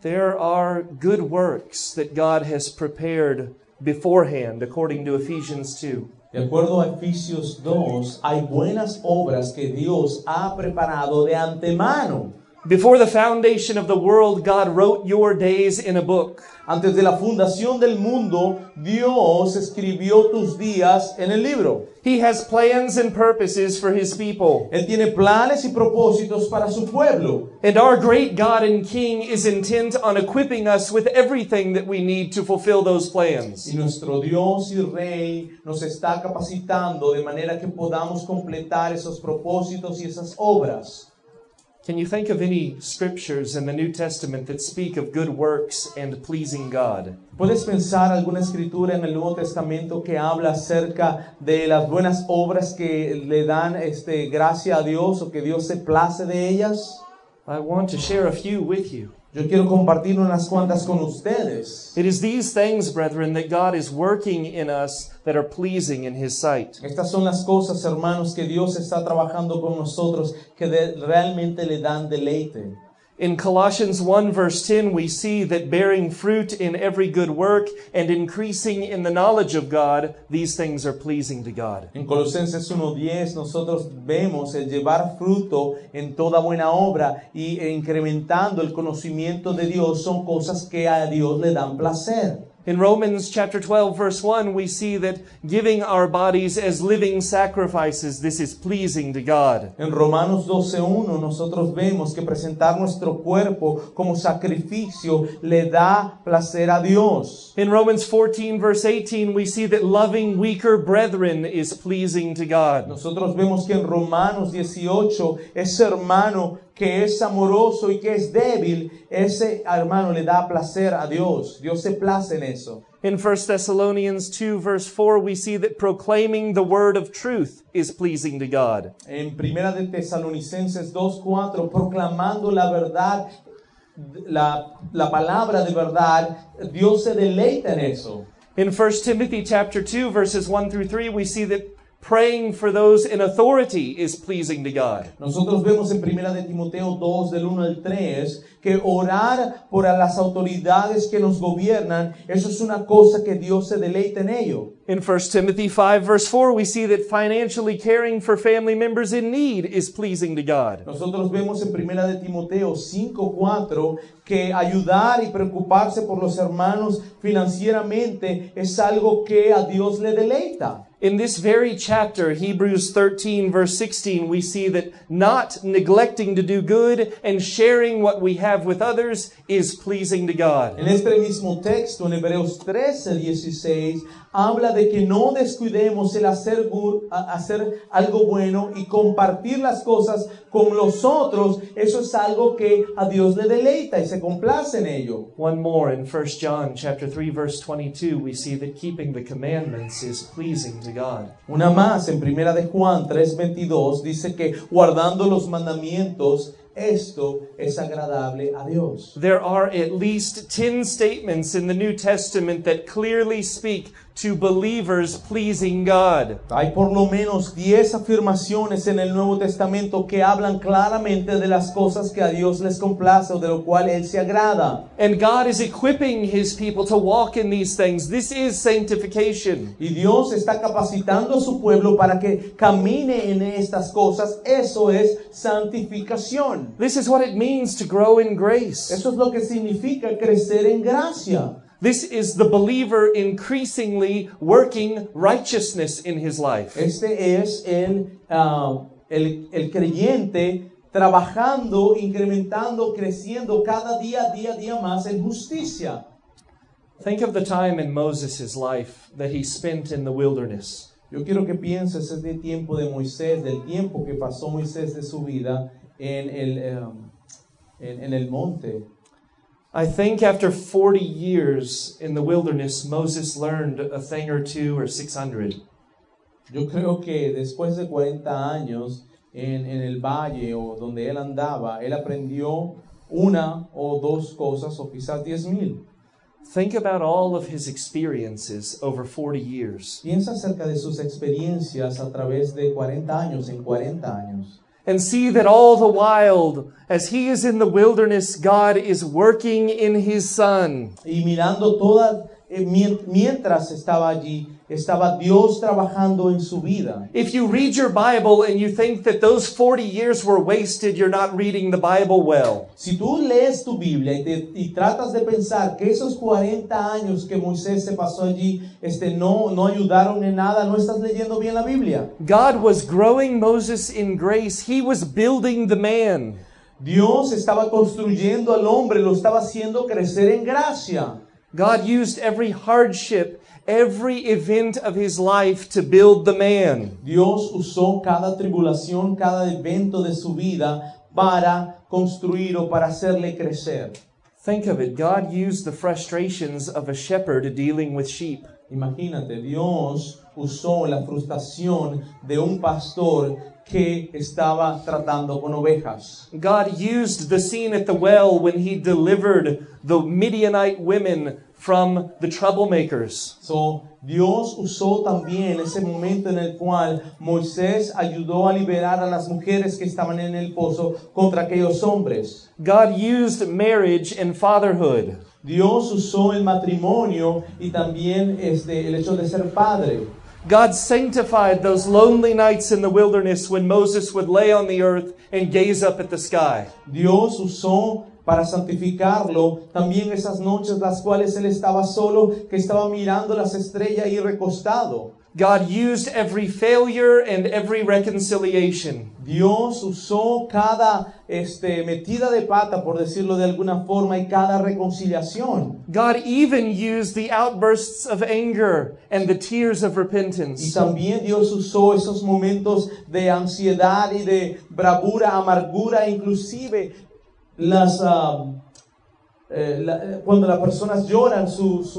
[SPEAKER 1] There are good works that God has prepared beforehand, according to Ephesians 2.
[SPEAKER 2] De acuerdo a Efesios 2, hay buenas obras que Dios ha preparado de antemano.
[SPEAKER 1] Before the foundation of the world, God wrote your days in a book.
[SPEAKER 2] Antes de la fundación del mundo, Dios escribió tus días en el libro.
[SPEAKER 1] He has plans and purposes for his people.
[SPEAKER 2] Él tiene planes y propósitos para su pueblo.
[SPEAKER 1] And our great God and King is intent on equipping us with everything that we need to fulfill those
[SPEAKER 2] Y
[SPEAKER 1] plans.
[SPEAKER 2] nuestro Dios y Rey nos está capacitando de manera que podamos completar esos propósitos y esas obras.
[SPEAKER 1] Can you think of any scriptures in the New Testament that speak of good works and pleasing God?
[SPEAKER 2] ¿Puedes pensar alguna escritura en el Nuevo Testamento que habla acerca de las buenas obras que le dan este, gracia a Dios o que Dios se place de ellas?
[SPEAKER 1] I want to share a few with you.
[SPEAKER 2] Yo quiero compartir unas cuantas con ustedes.
[SPEAKER 1] It is these things, brethren, that God is working in us that are pleasing in His sight.
[SPEAKER 2] Estas son las cosas, hermanos, que Dios está trabajando con nosotros que de- realmente le dan deleite.
[SPEAKER 1] In Colossians 1, verse 10, we see that bearing fruit in every good work and increasing in the knowledge of God, these things are pleasing to God.
[SPEAKER 2] En Colosenses 1.10 nosotros vemos el llevar fruto en toda buena obra y e incrementando el conocimiento de Dios son cosas que a Dios le dan placer.
[SPEAKER 1] In Romans chapter 12, verse 1, we see that giving our bodies as living sacrifices, this is pleasing to God.
[SPEAKER 2] En Romanos 12.1 nosotros vemos que presentar nuestro cuerpo como sacrificio le da placer a Dios.
[SPEAKER 1] In Romans 14, verse 18, we see that loving weaker brethren is pleasing to God.
[SPEAKER 2] Nosotros vemos que en Romanos 18 ese hermano que es amoroso y que es débil, ese hermano le da placer a Dios. Dios se place en eso.
[SPEAKER 1] In 1 Thessalonians 2, verse 4, we see that proclaiming the word of truth is pleasing to God.
[SPEAKER 2] En Primera de Tesalonicenses 2:4 proclamando la verdad la, la palabra de verdad, Dios se deleita en eso.
[SPEAKER 1] In 1 Timothy chapter 2, verses 1 through 3, we see that praying for those in authority is pleasing to God.
[SPEAKER 2] Nosotros vemos en Primera de Timoteo 2 del 1 al 3 que orar por a las autoridades que nos gobiernan, eso es una cosa que Dios se deleita en ello.
[SPEAKER 1] In 1 Timothy 5, verse 4, we see that financially caring for family members in need is pleasing to God.
[SPEAKER 2] Nosotros vemos en Primera de Timoteo 5:4 que ayudar y preocuparse por los hermanos financieramente es algo que a Dios le deleita.
[SPEAKER 1] In this very chapter, Hebrews 13, verse 16, we see that not neglecting to do good and sharing what we have with others is pleasing to God.
[SPEAKER 2] En este mismo texto, en Hebreos 13, 16, habla de que no descuidemos el hacer, gu- a- hacer algo bueno y compartir las cosas con los otros. Eso es algo que a Dios le deleita y se complace en ello.
[SPEAKER 1] One more in 1 John chapter 3 verse 22 we see that keeping the commandments is pleasing to God.
[SPEAKER 2] Una más, en Primera de Juan 3:22 dice que guardando los mandamientos Esto es agradable a Dios.
[SPEAKER 1] There are at least 10 statements in the New Testament that clearly speak to believers pleasing God.
[SPEAKER 2] Hay por lo menos 10 afirmaciones en el Nuevo Testamento que hablan claramente de las cosas que a Dios les complace o de lo cual Él se agrada.
[SPEAKER 1] And God is equipping his people to walk in these things. This is sanctification.
[SPEAKER 2] Y Dios está capacitando a su pueblo para que camine en estas cosas. Eso es santificación.
[SPEAKER 1] This is what it means to grow in grace.
[SPEAKER 2] Eso es lo que significa crecer en gracia.
[SPEAKER 1] This is the believer increasingly working righteousness in his life.
[SPEAKER 2] Este es el, ah, el, el creyente trabajando, incrementando, creciendo cada día, día, día más en justicia.
[SPEAKER 1] Think of the time in Moses' life that he spent in the wilderness.
[SPEAKER 2] Yo quiero que pienses este tiempo de Moisés, del tiempo que pasó Moisés de su vida en el, eh, en, en el monte.
[SPEAKER 1] I think after 40 years in the wilderness, Moses learned a thing or two or 600.
[SPEAKER 2] Yo creo que después de 40 años en, en el valle o donde él andaba, él aprendió una o dos cosas o quizás diez mil.
[SPEAKER 1] Think about all of his experiences over 40 years.
[SPEAKER 2] Piensa acerca de sus experiencias a través de 40 años, en 40 años.
[SPEAKER 1] And see that all the while, as he is in the wilderness, God is working in his son.
[SPEAKER 2] Y mirando todas, eh, mien- mientras estaba allí, estaba Dios trabajando en su vida.
[SPEAKER 1] If you read your Bible and you think that those 40 years were wasted, you're not reading the Bible well.
[SPEAKER 2] Si tú lees tu Biblia y, te- y tratas de pensar que esos 40 años que Moisés se pasó allí este, no, no ayudaron en nada, no estás leyendo bien la Biblia.
[SPEAKER 1] God was growing Moses in grace. He was building the man.
[SPEAKER 2] Dios estaba construyendo al hombre, lo estaba haciendo crecer en gracia.
[SPEAKER 1] God used every hardship, every event of his life to build the man.
[SPEAKER 2] Dios usó cada tribulación, cada evento de su vida para construir o para hacerle crecer.
[SPEAKER 1] Think of it. God used the frustrations of a shepherd dealing with sheep.
[SPEAKER 2] Imagínate, Dios usó la frustración de un pastor que estaba tratando con ovejas.
[SPEAKER 1] God used the scene at the well when he delivered the Midianite women from the troublemakers.
[SPEAKER 2] So, Dios usó también ese momento en el cual Moisés ayudó a liberar a las mujeres que estaban en el pozo contra aquellos hombres.
[SPEAKER 1] God used marriage and fatherhood.
[SPEAKER 2] Dios usó el matrimonio y también este, el hecho de ser padre.
[SPEAKER 1] God sanctified those lonely nights in the wilderness when Moses would lay on the earth and gaze up at the sky.
[SPEAKER 2] Dios usó para santificarlo también esas noches las cuales él estaba solo, que estaba mirando las estrellas y recostado.
[SPEAKER 1] God used every failure and every reconciliation.
[SPEAKER 2] Dios usó cada este, metida de pata, por decirlo de alguna forma, y cada reconciliación.
[SPEAKER 1] God even used the outbursts of anger and the tears of
[SPEAKER 2] Y
[SPEAKER 1] repentance.
[SPEAKER 2] también Dios usó esos momentos de ansiedad y de bravura, amargura, inclusive las, ah, eh, la- cuando las personas lloran sus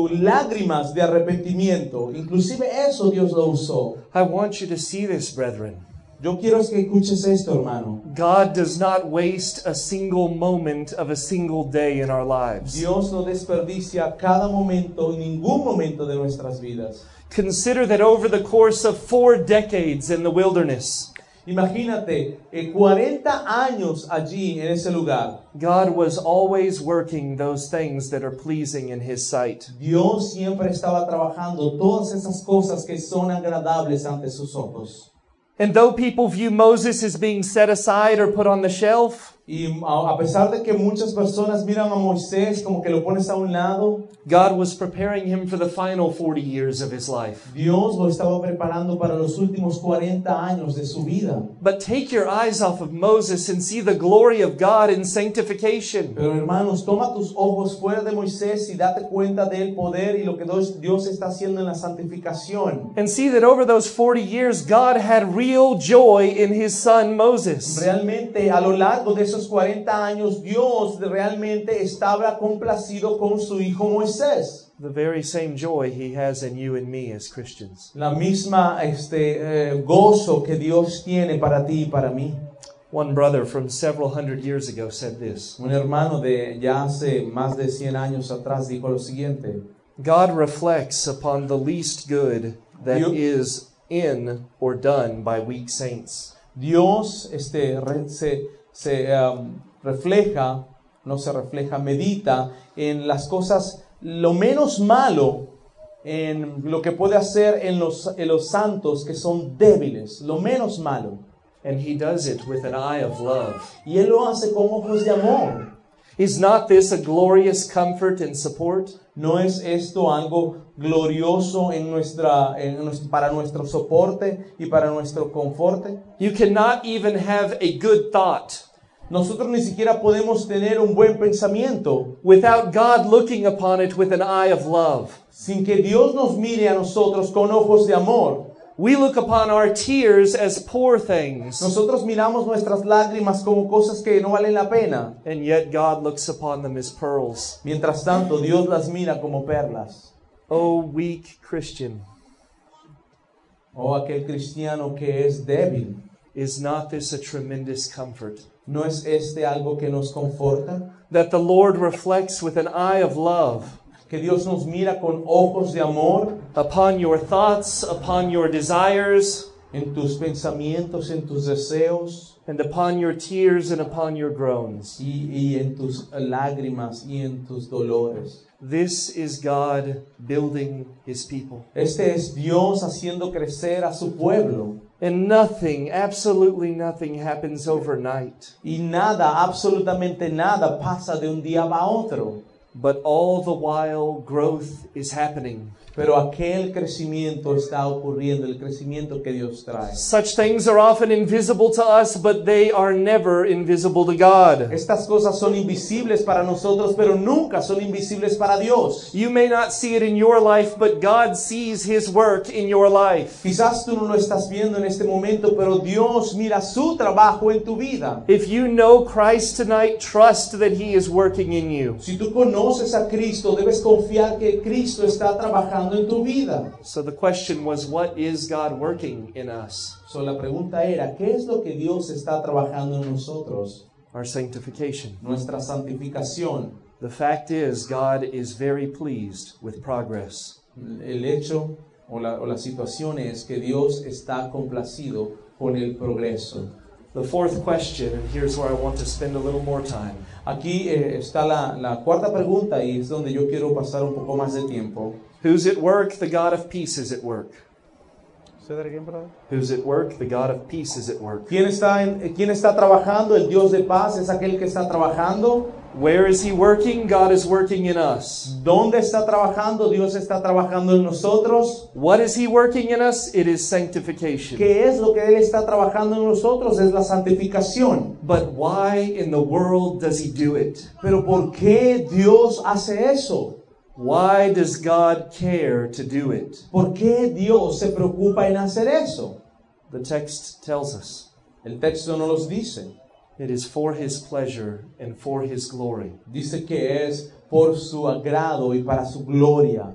[SPEAKER 2] lágrimas de arrepentimiento. Inclusive eso Dios lo usó.
[SPEAKER 1] I want you to see this, brethren.
[SPEAKER 2] Yo quiero es que escuches esto, hermano.
[SPEAKER 1] God does not waste a single moment of a single day in our lives.
[SPEAKER 2] Dios no desperdicia cada momento, ningún momento de nuestras vidas.
[SPEAKER 1] Consider that over the course of four decades in the wilderness,
[SPEAKER 2] Imagínate, eh, 40 años allí en ese lugar.
[SPEAKER 1] God was always working those things that are pleasing in His sight.
[SPEAKER 2] Dios siempre estaba trabajando todas esas cosas que son agradables ante sus ojos.
[SPEAKER 1] And though people view Moses as being set aside or put on the shelf,
[SPEAKER 2] Y a a pesar de que muchas personas miran a Moisés como que lo pones a un lado,
[SPEAKER 1] God was preparing him for the final 40 years of his life.
[SPEAKER 2] Dios lo estaba preparando para los últimos 40 años de su vida.
[SPEAKER 1] But take your eyes off of Moses and see the glory of God in sanctification.
[SPEAKER 2] Pero hermanos, toma tus ojos fuera de Moisés y date cuenta del poder y lo que Dios- Dios está haciendo en la santificación.
[SPEAKER 1] And see that over those 40 years, God had real joy in his son Moses.
[SPEAKER 2] Realmente a lo largo de esos 40 años Dios realmente estaba complacido con su hijo Moisés.
[SPEAKER 1] The very same joy he has in you and me as Christians.
[SPEAKER 2] la misma este eh, gozo que Dios tiene para ti y para mí.
[SPEAKER 1] One brother from several hundred years ago said this
[SPEAKER 2] Un hermano de ya hace más de 100 años atrás dijo lo siguiente,
[SPEAKER 1] God reflects upon the least good that is
[SPEAKER 2] You-
[SPEAKER 1] in or done by weak saints.
[SPEAKER 2] Dios este, re- se, se, um, refleja, no se refleja, medita en las cosas lo menos malo, en lo que puede hacer en los, en los santos que son débiles, lo menos malo.
[SPEAKER 1] And he does it with an eye of love.
[SPEAKER 2] Y Él lo hace con ojos de amor.
[SPEAKER 1] Is not this a glorious comfort and support?
[SPEAKER 2] ¿No es esto algo glorioso en nuestra, en nues- para nuestro soporte y para nuestro conforte?
[SPEAKER 1] You cannot even have a good thought
[SPEAKER 2] Nosotros ni siquiera podemos tener un buen pensamiento
[SPEAKER 1] without God looking upon it with an eye of love.
[SPEAKER 2] sin que Dios nos mire a nosotros con ojos de amor.
[SPEAKER 1] We look upon our tears as poor things,
[SPEAKER 2] Nosotros miramos nuestras lágrimas como cosas que no valen la pena.
[SPEAKER 1] and yet God looks upon them as pearls.
[SPEAKER 2] Mientras tanto, Dios las mira como perlas.
[SPEAKER 1] Oh, weak Christian,
[SPEAKER 2] Oh, aquel cristiano que es débil.
[SPEAKER 1] is not this a tremendous comfort?
[SPEAKER 2] ¿No es este algo que nos conforta?
[SPEAKER 1] That the Lord reflects with an eye of love
[SPEAKER 2] Que Dios nos mira con ojos de amor
[SPEAKER 1] upon your thoughts, upon your desires,
[SPEAKER 2] en tus pensamientos, en tus deseos
[SPEAKER 1] and upon your tears and upon your groans.
[SPEAKER 2] y, y en tus lágrimas y en tus dolores.
[SPEAKER 1] This is God building his people.
[SPEAKER 2] Este es Dios haciendo crecer a su pueblo.
[SPEAKER 1] And nothing, absolutely nothing, happens overnight.
[SPEAKER 2] Y nada, absolutamente nada pasa de un día a otro.
[SPEAKER 1] But all the while, growth is happening.
[SPEAKER 2] Pero aquel crecimiento está ocurriendo, el crecimiento que Dios trae.
[SPEAKER 1] Such things are often invisible to us, but they are never invisible to God.
[SPEAKER 2] Estas cosas son invisibles para nosotros, pero nunca son invisibles para Dios.
[SPEAKER 1] You may not see it in your life, but God sees His work in your life.
[SPEAKER 2] Quizás tú no lo estás viendo en este momento, pero Dios mira su trabajo en tu vida.
[SPEAKER 1] If you know Christ tonight, trust that He is working in you.
[SPEAKER 2] Si tú conoces a Cristo, debes confiar que Cristo está trabajando en tu vida.
[SPEAKER 1] So the question was, what is God working in us?
[SPEAKER 2] So, la pregunta era, ¿qué es lo que Dios está trabajando en nosotros?
[SPEAKER 1] Our sanctification.
[SPEAKER 2] Nuestra santificación,
[SPEAKER 1] The fact is, God is very pleased with progress.
[SPEAKER 2] El hecho o la, o la situación es que Dios está complacido con el progreso.
[SPEAKER 1] The fourth question, and here's where I want to spend a little more time.
[SPEAKER 2] Aquí eh, está la, la cuarta pregunta y es donde yo quiero pasar un poco más de tiempo.
[SPEAKER 1] Who's at work? The God of peace is at work. Who's at work? The God of peace is at work.
[SPEAKER 2] ¿Quién está, en- eh, ¿Quién está trabajando? El Dios de paz es aquel que está trabajando.
[SPEAKER 1] Where is He working? God is working in us.
[SPEAKER 2] ¿Dónde está trabajando? Dios está trabajando en nosotros.
[SPEAKER 1] What is He working in us? It is sanctification.
[SPEAKER 2] ¿Qué es lo que Él está trabajando en nosotros? Es la santificación.
[SPEAKER 1] But why in the world does He do it?
[SPEAKER 2] Pero ¿por qué Dios hace eso?
[SPEAKER 1] Why does God care to do it?
[SPEAKER 2] ¿Por qué Dios se preocupa en hacer eso?
[SPEAKER 1] The text tells us
[SPEAKER 2] El texto no los dice.
[SPEAKER 1] it is for His pleasure and for His glory.
[SPEAKER 2] Dice que es por su agrado y para su gloria.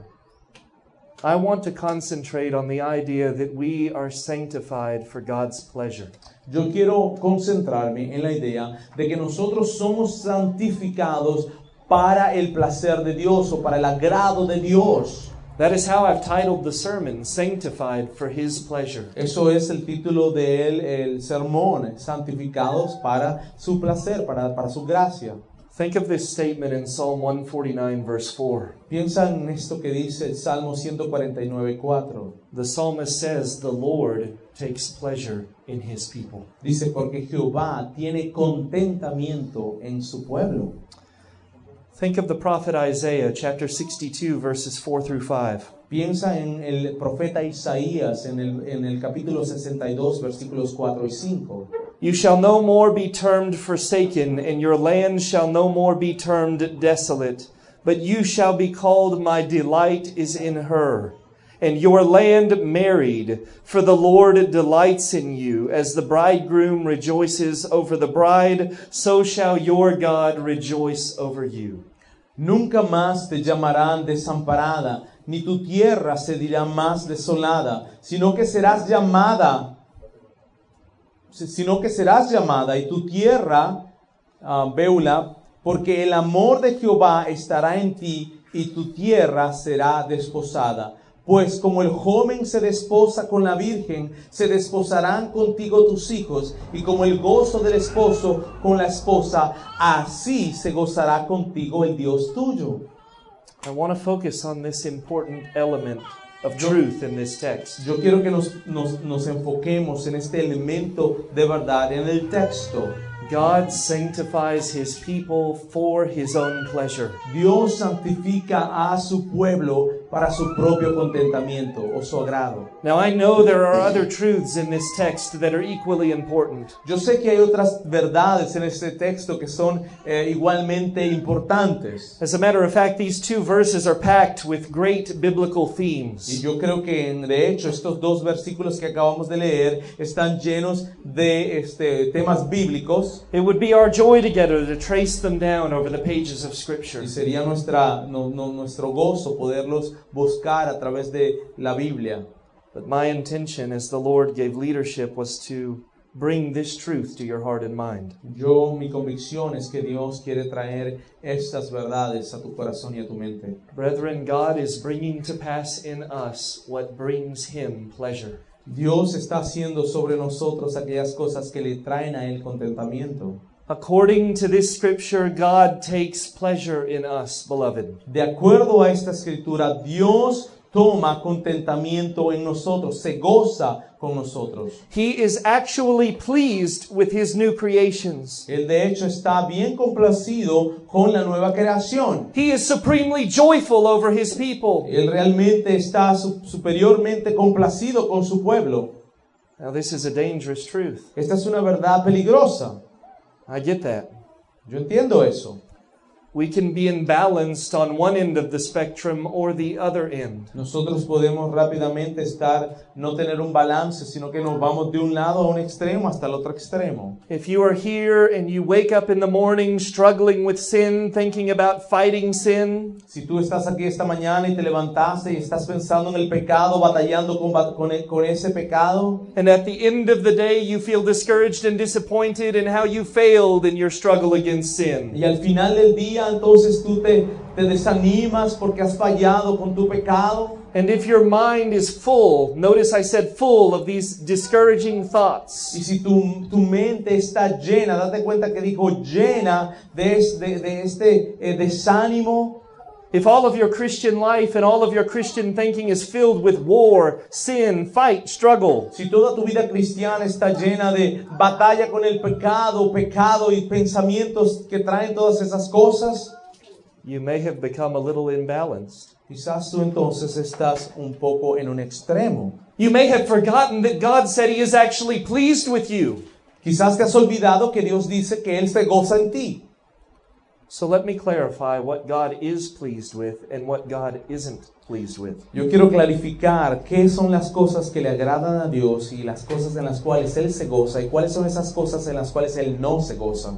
[SPEAKER 1] I want to concentrate on the idea that we are sanctified for God's pleasure.
[SPEAKER 2] Yo quiero concentrarme en la idea de que nosotros somos santificados para el placer de Dios o para el agrado de Dios.
[SPEAKER 1] That is how I've titled the sermon, Sanctified for His Pleasure.
[SPEAKER 2] Eso es el título de él, el sermón, santificados para su placer, para, para su gracia.
[SPEAKER 1] Think of this statement in Psalm 149, verse 4.
[SPEAKER 2] Piensa en esto que dice el Salmo 149.4.
[SPEAKER 1] The psalmist says, The Lord takes pleasure in His people.
[SPEAKER 2] Dice, porque Jehová tiene contentamiento en su pueblo.
[SPEAKER 1] Think of the prophet Isaiah, chapter 62, verses 4 through 5.
[SPEAKER 2] Piensa en el profeta Isaías en el, en el capítulo 62, versículos 4 y 5.
[SPEAKER 1] You shall no more be termed forsaken, and your land shall no more be termed desolate, but you shall be called, My delight is in her, and your land married, for the Lord delights in you. As the bridegroom rejoices over the bride, so shall your God rejoice over you.
[SPEAKER 2] Nunca más te llamarán desamparada, ni tu tierra se dirá más desolada, sino que serás llamada sino que serás llamada y tu tierra, ah, Beula, porque el amor de Jehová estará en ti y tu tierra será desposada. Pues como el joven se desposa con la virgen, se desposarán contigo tus hijos, y como el gozo del esposo con la esposa, así se gozará contigo el Dios tuyo.
[SPEAKER 1] I want to focus on this important element of truth in this text.
[SPEAKER 2] Yo quiero que nos, nos- nos enfoquemos en este elemento de verdad en el texto.
[SPEAKER 1] God sanctifies his people for his own pleasure.
[SPEAKER 2] Dios santifica a su pueblo para su propio contentamiento o su agrado.
[SPEAKER 1] Now, I know there are other truths in this text that are equally important,
[SPEAKER 2] Yo sé que hay otras verdades en este texto que son eh, igualmente importantes.
[SPEAKER 1] As a matter of fact, these two verses are packed with great biblical
[SPEAKER 2] Y
[SPEAKER 1] themes.
[SPEAKER 2] yo creo que, en- de hecho, estos dos versículos que acabamos de leer están llenos de este, temas bíblicos
[SPEAKER 1] It would be our joy together to trace them down over the pages of Scripture.
[SPEAKER 2] y sería nuestra, no- no- nuestro gozo poderlos buscar a través de la Biblia.
[SPEAKER 1] But my intention as the Lord gave leadership was to bring this truth to your heart and mind.
[SPEAKER 2] Yo, mi convicción es que Dios quiere traer estas verdades a tu corazón y a tu mente.
[SPEAKER 1] Brethren, God is bringing to pass in us what brings Him pleasure.
[SPEAKER 2] Dios está haciendo sobre nosotros aquellas cosas que le traen a Él contentamiento.
[SPEAKER 1] According to this Scripture, God takes pleasure in us, beloved.
[SPEAKER 2] De acuerdo a esta escritura, Dios toma contentamiento en nosotros, se goza con nosotros.
[SPEAKER 1] He is actually pleased with His new creations.
[SPEAKER 2] Él de hecho está bien complacido con la nueva creación.
[SPEAKER 1] He is supremely joyful over His people.
[SPEAKER 2] Él realmente está su- superiormente complacido con su pueblo.
[SPEAKER 1] Now, this is a dangerous truth.
[SPEAKER 2] Esta es una verdad peligrosa.
[SPEAKER 1] I get that.
[SPEAKER 2] Yo entiendo eso.
[SPEAKER 1] We can be imbalanced on one end of the spectrum or the other end.
[SPEAKER 2] Nosotros podemos rápidamente estar, no tener un balance, sino que nos vamos de un lado a un extremo hasta el otro extremo.
[SPEAKER 1] If you are here and you wake up in the morning struggling with sin, thinking about fighting sin,
[SPEAKER 2] Si tú estás aquí esta mañana y te levantaste y estás pensando en el pecado, batallando con, ba- con e- con ese pecado,
[SPEAKER 1] and at the end of the day you feel discouraged and disappointed in how you failed in your struggle against sin,
[SPEAKER 2] y al final del día entonces tú te, te desanimas porque has fallado con tu pecado,
[SPEAKER 1] and if your mind is full, notice I said full of these discouraging
[SPEAKER 2] y
[SPEAKER 1] thoughts,
[SPEAKER 2] si tu, tu mente está llena, date cuenta que dijo llena de, es- de- de este eh, desánimo,
[SPEAKER 1] if all of your Christian life and all of your Christian thinking is filled with war, sin, fight, struggle,
[SPEAKER 2] si toda tu vida cristiana está llena de batalla con el pecado, pecado y pensamientos que traen todas esas cosas,
[SPEAKER 1] you may have become a little imbalanced.
[SPEAKER 2] Quizás tú entonces estás un poco en un extremo.
[SPEAKER 1] You may have forgotten that God said He is actually pleased with you.
[SPEAKER 2] Quizás te has olvidado que Dios dice que Él se goza en ti.
[SPEAKER 1] So let me clarify what God is pleased with and what God isn't pleased with.
[SPEAKER 2] Yo quiero clarificar qué son las cosas que le agradan a Dios y las cosas en las cuales Él se goza y cuáles son esas cosas en las cuales Él no se goza.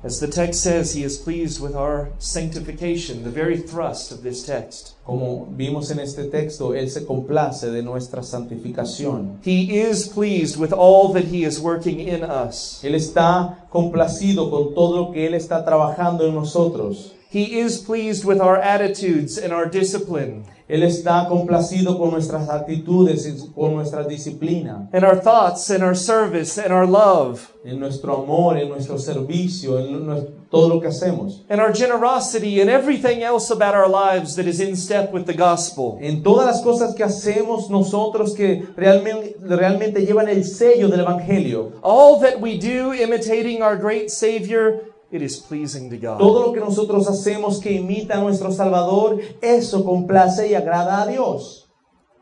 [SPEAKER 1] As the text says, He is pleased with our sanctification, the very thrust of this text.
[SPEAKER 2] Como vimos en este texto, Él se complace de nuestra santificación.
[SPEAKER 1] He is pleased with all that He is working in us.
[SPEAKER 2] Él está complacido con todo lo que Él está trabajando en nosotros.
[SPEAKER 1] He is pleased with our attitudes and our discipline,
[SPEAKER 2] Él está complacido con nuestras actitudes y con nuestra disciplina.
[SPEAKER 1] and our thoughts, and our service, and our love,
[SPEAKER 2] en nuestro amor, en nuestro servicio, en nues- todo lo que hacemos.
[SPEAKER 1] and our generosity, and everything else about our lives that is in step with the gospel.
[SPEAKER 2] En todas las cosas que hacemos nosotros que realmente, realmente llevan el sello del Evangelio.
[SPEAKER 1] All that we do imitating our great Savior, it is pleasing to God.
[SPEAKER 2] Todo lo que nosotros hacemos que imita a nuestro Salvador, eso complace y agrada a Dios.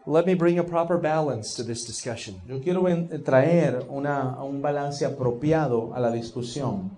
[SPEAKER 1] Let me bring a proper balance to this discussion.
[SPEAKER 2] Yo quiero ven- traer una- un balance apropiado a la discusión.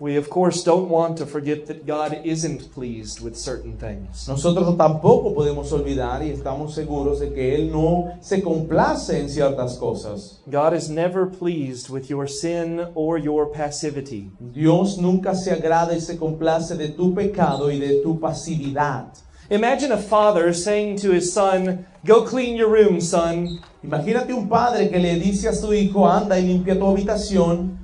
[SPEAKER 1] We, of course, don't want to forget that God isn't pleased with certain things.
[SPEAKER 2] Nosotros tampoco podemos olvidar y estamos seguros de que Él no se complace en ciertas cosas.
[SPEAKER 1] God is never pleased with your sin or your passivity.
[SPEAKER 2] Dios nunca se agrada y se complace de tu pecado y de tu pasividad.
[SPEAKER 1] Imagine a father saying to his son, Go clean your room, son.
[SPEAKER 2] Imagínate un padre que le dice a su hijo, anda y limpia tu habitación,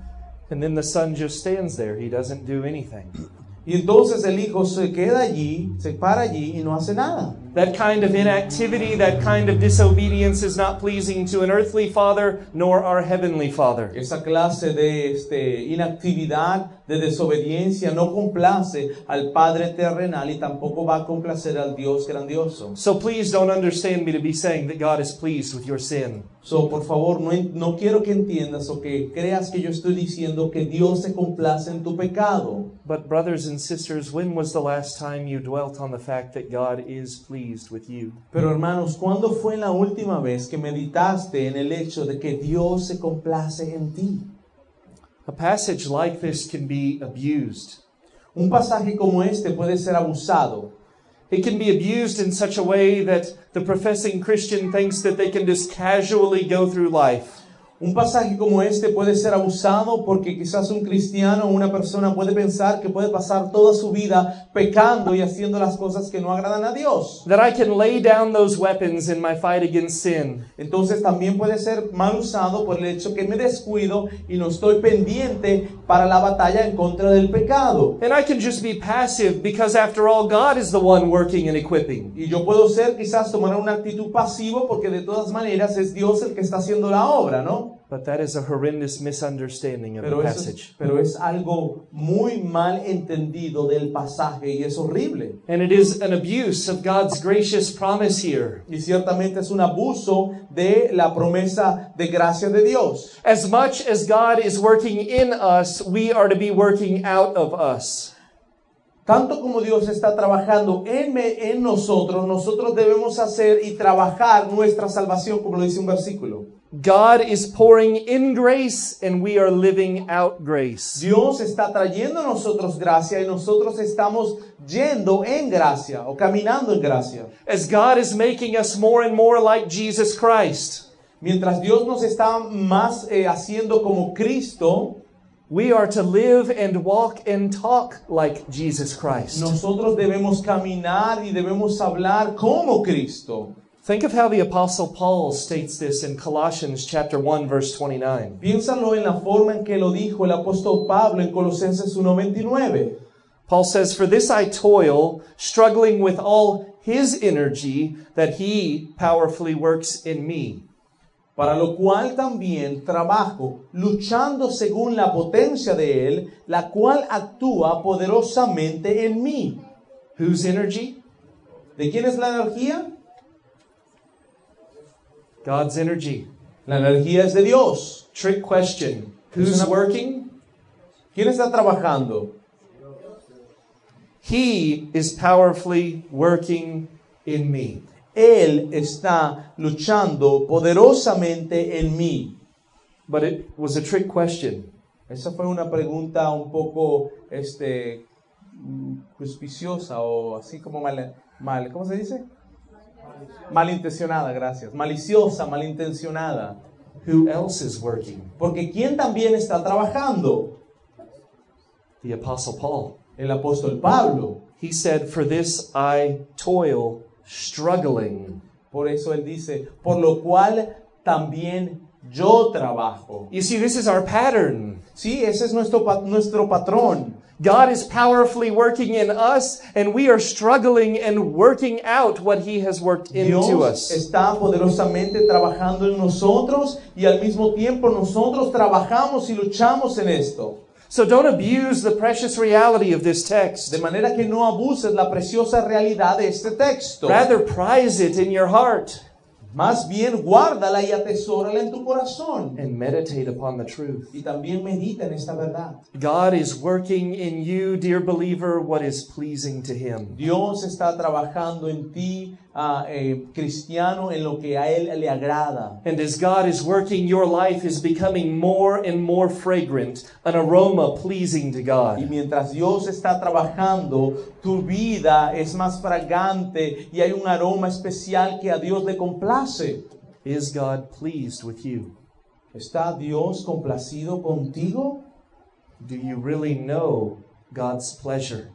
[SPEAKER 1] And then the son just stands there. He doesn't do anything.
[SPEAKER 2] y entonces el hijo se queda allí, se para allí y no hace nada.
[SPEAKER 1] That kind of inactivity, that kind of disobedience is not pleasing to an earthly father nor our heavenly father.
[SPEAKER 2] Esa clase de este, inactividad, de desobediencia, no complace al Padre terrenal y tampoco va a complacer al Dios grandioso.
[SPEAKER 1] So please don't understand me to be saying that God is pleased with your sin.
[SPEAKER 2] So, por favor, no, en- no quiero que entiendas o que creas que yo estoy diciendo que Dios se complace en tu pecado.
[SPEAKER 1] But, brothers and sisters, when was the last time you dwelt on the fact that God is pleased with you?
[SPEAKER 2] Pero hermanos, ¿cuándo fue la última vez que meditaste en el hecho de que Dios se complace en ti?
[SPEAKER 1] A passage like this can be abused.
[SPEAKER 2] Un pasaje como este puede ser abusado.
[SPEAKER 1] It can be abused in such a way that the professing Christian thinks that they can just casually go through life.
[SPEAKER 2] Un pasaje como este puede ser abusado porque quizás un cristiano o una persona puede pensar que puede pasar toda su vida pecando y haciendo las cosas que no agradan a Dios.
[SPEAKER 1] That I can lay down those weapons in my fight against sin.
[SPEAKER 2] Entonces también puede ser mal usado por el hecho que me descuido y no estoy pendiente para la batalla en contra del pecado.
[SPEAKER 1] And I can just be passive because, after all, God is the one working and equipping.
[SPEAKER 2] Y yo puedo ser quizás tomar una actitud pasiva porque de todas maneras es Dios el que está haciendo la obra, ¿no?
[SPEAKER 1] But that is a horrendous misunderstanding of the
[SPEAKER 2] Pero eso es-
[SPEAKER 1] passage.
[SPEAKER 2] pero es algo muy mal entendido del pasaje y es horrible.
[SPEAKER 1] And it is an abuse of God's gracious promise here.
[SPEAKER 2] Y ciertamente es un abuso de la promesa de gracia de Dios.
[SPEAKER 1] As much as God is working in us, we are to be working out of us.
[SPEAKER 2] Tanto como Dios está trabajando en, me- en nosotros, nosotros debemos hacer y trabajar nuestra salvación, como lo dice un versículo.
[SPEAKER 1] God is pouring in grace, and we are living out grace.
[SPEAKER 2] Dios está trayendo a nosotros gracia y nosotros estamos yendo en gracia o caminando en gracia.
[SPEAKER 1] As God is making us more and more like Jesus Christ,
[SPEAKER 2] Mientras Dios nos está más eh, haciendo como Cristo,
[SPEAKER 1] we are to live and walk and talk like Jesus Christ.
[SPEAKER 2] nosotros debemos caminar y debemos hablar como Cristo.
[SPEAKER 1] Think of how the apostle Paul states this in Colossians chapter 1 verse 29.
[SPEAKER 2] Piénsalo en la forma en que lo dijo el apóstol Pablo en Colosenses 1:29.
[SPEAKER 1] Paul says, For this I toil, struggling with all his energy that he powerfully works in me.
[SPEAKER 2] Para lo cual también trabajo, luchando según la potencia de Él, la cual actúa poderosamente en mí.
[SPEAKER 1] Whose energy?
[SPEAKER 2] ¿De quién es la energía?
[SPEAKER 1] God's energy.
[SPEAKER 2] La energía es de Dios.
[SPEAKER 1] Trick question. Who's working?
[SPEAKER 2] ¿Quién está trabajando?
[SPEAKER 1] He is powerfully working in me.
[SPEAKER 2] Él está luchando poderosamente en mí.
[SPEAKER 1] But it was a trick question.
[SPEAKER 2] Esa fue una pregunta un poco este mm, suspiciosa o así como mal, mal ¿cómo se dice? Malintencionada, gracias. Maliciosa, malintencionada.
[SPEAKER 1] Who else is working?
[SPEAKER 2] Porque ¿quién también está trabajando?
[SPEAKER 1] The apostle Paul.
[SPEAKER 2] El apóstol Pablo.
[SPEAKER 1] He said, For this I toil, struggling.
[SPEAKER 2] Por eso él dice, por lo cual también yo trabajo.
[SPEAKER 1] You see, this is our pattern.
[SPEAKER 2] Sí, ese es nuestro, pa- nuestro patrón.
[SPEAKER 1] God is powerfully working in us, and we are struggling and working out what He has worked into
[SPEAKER 2] Dios
[SPEAKER 1] us.
[SPEAKER 2] está poderosamente trabajando en nosotros y al mismo tiempo nosotros trabajamos y luchamos en esto.
[SPEAKER 1] So don't abuse the precious reality of this text.
[SPEAKER 2] De manera que no abuses la preciosa realidad de este texto.
[SPEAKER 1] Rather, prize it in your heart
[SPEAKER 2] Más bien guárdala y atesórala en tu corazón.
[SPEAKER 1] and meditate upon the truth.
[SPEAKER 2] Y también medita en esta verdad.
[SPEAKER 1] God is working in you, dear believer, what is pleasing to Him.
[SPEAKER 2] Dios está trabajando en ti, ah, eh, cristiano, en lo que a Él le agrada.
[SPEAKER 1] And as God is working, your life is becoming more and more fragrant, an aroma pleasing to
[SPEAKER 2] Y
[SPEAKER 1] God.
[SPEAKER 2] mientras Dios está trabajando, tu vida es más fragante y hay un aroma especial que a Dios le complace.
[SPEAKER 1] Is God pleased with you?
[SPEAKER 2] ¿Está Dios complacido contigo?
[SPEAKER 1] Do you really know God's pleasure?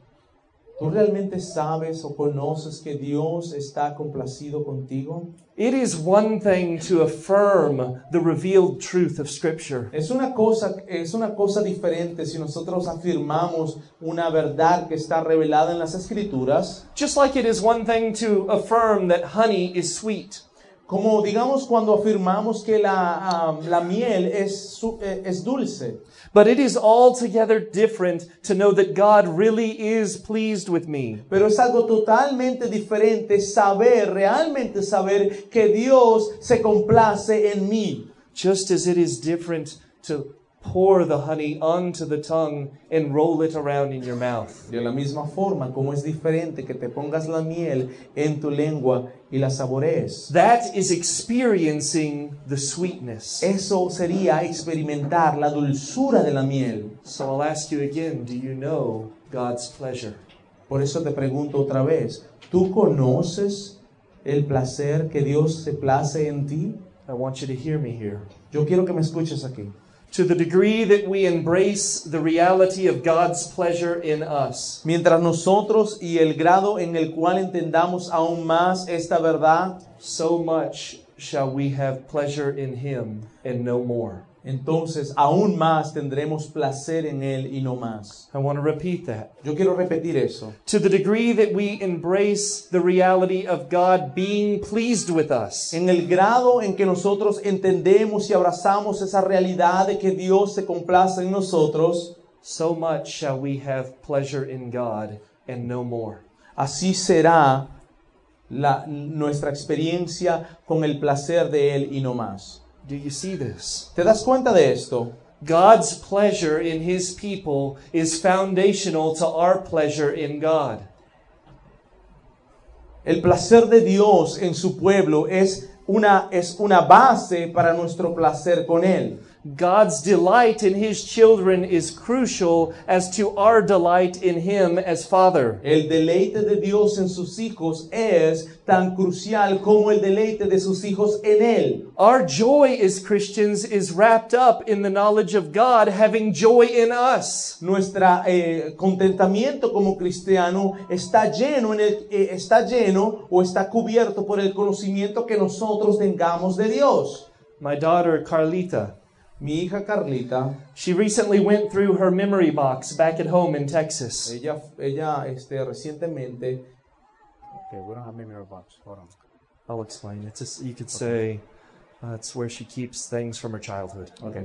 [SPEAKER 2] ¿Tú realmente sabes o conoces que Dios está complacido contigo?
[SPEAKER 1] It is one thing to affirm the revealed truth of Scripture,
[SPEAKER 2] Es una cosa, es una cosa diferente si nosotros afirmamos una verdad que está revelada en las Escrituras,
[SPEAKER 1] just like it is one thing to affirm that honey is sweet.
[SPEAKER 2] como digamos cuando afirmamos que la, ah, la miel es, su- eh, es dulce.
[SPEAKER 1] But it is altogether different to know that God really is pleased with me.
[SPEAKER 2] Pero es algo totalmente diferente saber, realmente saber que Dios se complace en mí.
[SPEAKER 1] just as it is different to pour the honey onto the tongue and roll it around in your mouth.
[SPEAKER 2] De la misma forma como es diferente que te pongas la miel en tu lengua y la saborees.
[SPEAKER 1] That is experiencing the sweetness.
[SPEAKER 2] Eso sería experimentar la dulzura de la miel.
[SPEAKER 1] So I'll ask you again do you know God's pleasure?
[SPEAKER 2] Por eso te pregunto otra vez, ¿tú conoces el placer que Dios se place en ti?
[SPEAKER 1] I want you to hear me here.
[SPEAKER 2] Yo quiero que me escuches aquí.
[SPEAKER 1] To the degree that we embrace the reality of God's pleasure in us,
[SPEAKER 2] Mientras nosotros y el grado en el cual entendamos aún más esta verdad,
[SPEAKER 1] so much shall we have pleasure in Him and no more.
[SPEAKER 2] entonces aún más tendremos placer en Él y no más.
[SPEAKER 1] I want to repeat that.
[SPEAKER 2] Yo quiero repetir eso.
[SPEAKER 1] To the degree that we embrace the reality of God being pleased with us,
[SPEAKER 2] En el grado en que nosotros entendemos y abrazamos esa realidad de que Dios se complace en nosotros,
[SPEAKER 1] so much shall we have pleasure in God and no more.
[SPEAKER 2] Así será la- nuestra experiencia con el placer de Él y no más.
[SPEAKER 1] Do you see this?
[SPEAKER 2] ¿Te das cuenta de esto?
[SPEAKER 1] God's pleasure in His people is foundational to our pleasure in God.
[SPEAKER 2] El placer de Dios en su pueblo es una, es una base para nuestro placer con Él.
[SPEAKER 1] God's delight in His children is crucial as to our delight in Him as Father.
[SPEAKER 2] El deleite de Dios en sus hijos es tan crucial como el deleite de sus hijos en Él.
[SPEAKER 1] Our joy as Christians is wrapped up in the knowledge of God having joy in us.
[SPEAKER 2] Nuestro eh, contentamiento como cristiano está lleno, en el, eh, está lleno o está cubierto por el conocimiento que nosotros tengamos de Dios.
[SPEAKER 1] My daughter, Carlita,
[SPEAKER 2] Mi hija Carlita,
[SPEAKER 1] she recently went through her memory box back at home in Texas.
[SPEAKER 2] ella, ella este, recientemente,
[SPEAKER 3] Okay, we don't have memory box. Hold on.
[SPEAKER 1] I'll explain. It's just, you could say uh, it's where she keeps things from her childhood.
[SPEAKER 2] ok.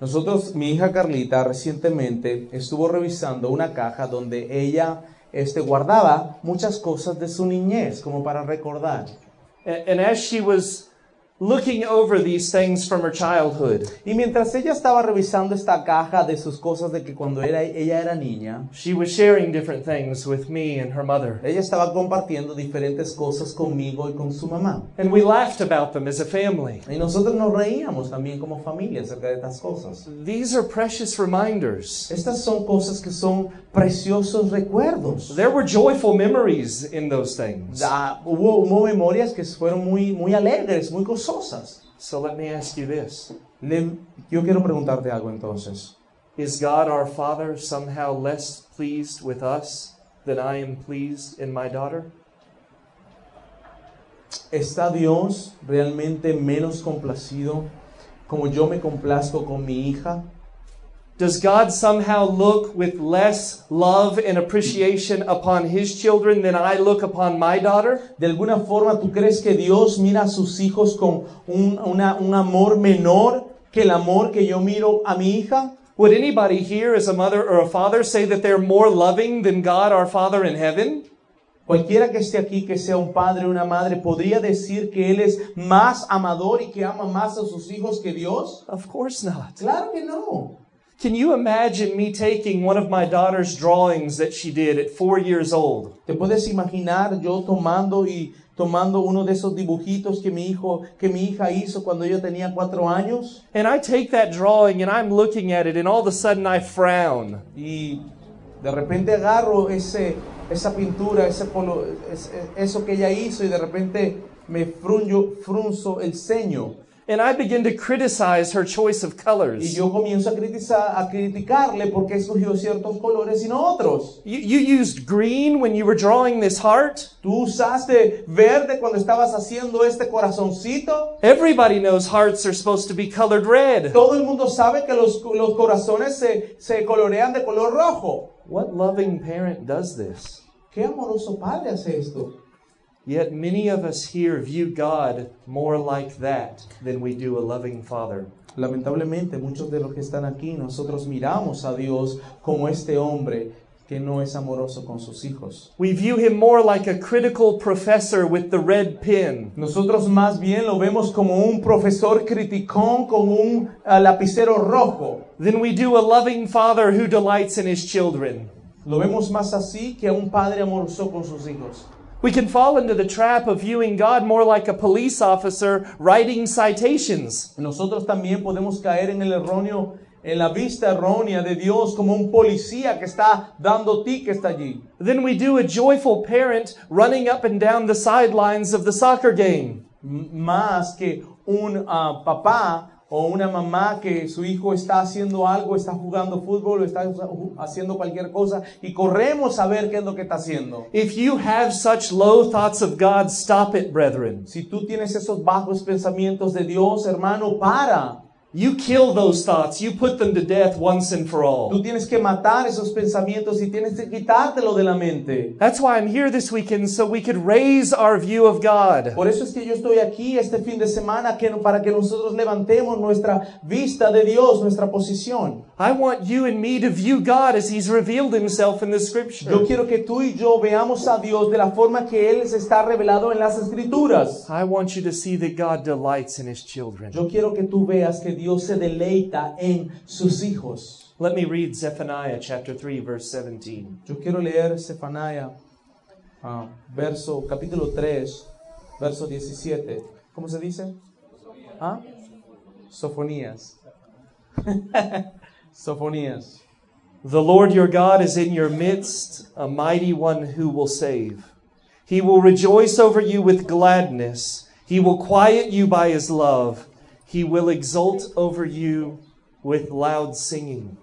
[SPEAKER 2] nosotros, mi hija Carlita recientemente estuvo revisando una caja donde ella este, guardaba muchas cosas de su niñez, como para recordar.
[SPEAKER 1] And, and as she was looking over these things from her childhood,
[SPEAKER 2] Y mientras ella estaba revisando esta caja de sus cosas de que cuando era, ella era niña,
[SPEAKER 1] she was sharing different things with me and her mother.
[SPEAKER 2] ella estaba compartiendo diferentes cosas conmigo y con su mamá.
[SPEAKER 1] And we laughed about them as a family.
[SPEAKER 2] Y nosotros nos reíamos también como familia acerca de estas cosas.
[SPEAKER 1] These are precious reminders.
[SPEAKER 2] Estas son cosas que son preciosos recuerdos.
[SPEAKER 1] There were joyful memories in those things.
[SPEAKER 2] Da- hubo, hubo memorias que fueron muy, muy alegres, muy gozosas.
[SPEAKER 1] So let me ask you this
[SPEAKER 2] Le- yo quiero preguntarte algo entonces.
[SPEAKER 1] Is God our Father somehow less pleased with us than I am pleased in my daughter?
[SPEAKER 2] ¿Está Dios realmente menos complacido como yo me complazco con mi hija?
[SPEAKER 1] Does God somehow look with less love and appreciation upon his children than I look upon my daughter?
[SPEAKER 2] ¿De alguna forma tú crees que Dios mira a sus hijos con un, una- un amor menor que el amor que yo miro a mi hija?
[SPEAKER 1] Would anybody here, as a mother or a father, say that they're more loving than God our Father in heaven?
[SPEAKER 2] Cualquiera que esté aquí, que sea un padre o una madre, ¿podría decir que él es más amador y que ama más a sus hijos que Dios?
[SPEAKER 1] Of course not.
[SPEAKER 2] Claro que no.
[SPEAKER 1] Can you imagine me taking one of my daughter's drawings that she did at four years old?
[SPEAKER 2] ¿Te puedes imaginar yo tomando y tomando uno de esos dibujitos que mi hijo, que mi hija hizo cuando yo tenía cuatro años?
[SPEAKER 1] And I take that drawing and I'm looking at it, and all of a sudden I frown.
[SPEAKER 2] Y de repente agarro ese, esa pintura, ese polo- es- es- eso que ella hizo y de repente me frunyo, frunzo el ceño.
[SPEAKER 1] and I begin to criticize her choice of
[SPEAKER 2] Y
[SPEAKER 1] colors. You,
[SPEAKER 2] yo comienzo a, critiza- a criticarle porque escogió ciertos colores y no otros.
[SPEAKER 1] you used green when you were drawing this heart.
[SPEAKER 2] Tú usaste verde cuando estabas haciendo este corazoncito.
[SPEAKER 1] Everybody knows hearts are supposed to be colored red.
[SPEAKER 2] Todo el mundo sabe que los, los corazones se, se colorean de color rojo.
[SPEAKER 1] What loving parent does this?
[SPEAKER 2] Qué amoroso padre hace esto.
[SPEAKER 1] Yet many of us here view God more like that than we do a loving father.
[SPEAKER 2] Lamentablemente muchos de los que están aquí, nosotros miramos a Dios como este hombre que no es amoroso con sus hijos.
[SPEAKER 1] We view him more like a critical professor with the red pen.
[SPEAKER 2] Nosotros más bien lo vemos como un profesor criticón con un ah, lapicero rojo.
[SPEAKER 1] than we do a loving father who delights in his children.
[SPEAKER 2] Lo vemos más así que a un padre amoroso con sus hijos.
[SPEAKER 1] We can fall into the trap of viewing God more like a police officer writing citations.
[SPEAKER 2] Nosotros también podemos caer en el erróneo, en la vista errónea de Dios como un policía que está dando tickets allí.
[SPEAKER 1] than we do a joyful parent running up and down the sidelines of the soccer game.
[SPEAKER 2] M- Más que un ah, papá o una mamá que su hijo está haciendo algo, está jugando fútbol o está ju- haciendo cualquier cosa y corremos a ver qué es lo que está haciendo.
[SPEAKER 1] If you have such low thoughts of God, stop it, brethren.
[SPEAKER 2] Si tú tienes esos bajos pensamientos de Dios, hermano, para.
[SPEAKER 1] You kill those thoughts, you put them to death once and for
[SPEAKER 2] Tú
[SPEAKER 1] all.
[SPEAKER 2] tienes que matar esos pensamientos y tienes que quitártelo de la mente.
[SPEAKER 1] That's why I'm here this weekend, so we could raise our view of God.
[SPEAKER 2] Por eso es que yo estoy aquí este fin de semana que, para que nosotros levantemos nuestra vista de Dios, nuestra posición.
[SPEAKER 1] I want you and me to view God as He's revealed Himself in the
[SPEAKER 2] Yo
[SPEAKER 1] Scripture.
[SPEAKER 2] quiero que tú y yo veamos a Dios de la forma que Él se está revelado en las escrituras.
[SPEAKER 1] I want you to see that God delights in His children.
[SPEAKER 2] Yo quiero que tú veas que Dios se deleita en sus hijos.
[SPEAKER 1] Let me read Zephaniah chapter 3, verse 17.
[SPEAKER 2] Yo quiero leer Zefanaya, verso, capítulo 3, verso 17. ¿Cómo se dice? ¿Ah? Sofonías. Sofonías.
[SPEAKER 1] The Lord your God is in your midst, a mighty one who will save. He will rejoice over you with gladness. He will quiet you by His love. He will exult over you with loud singing.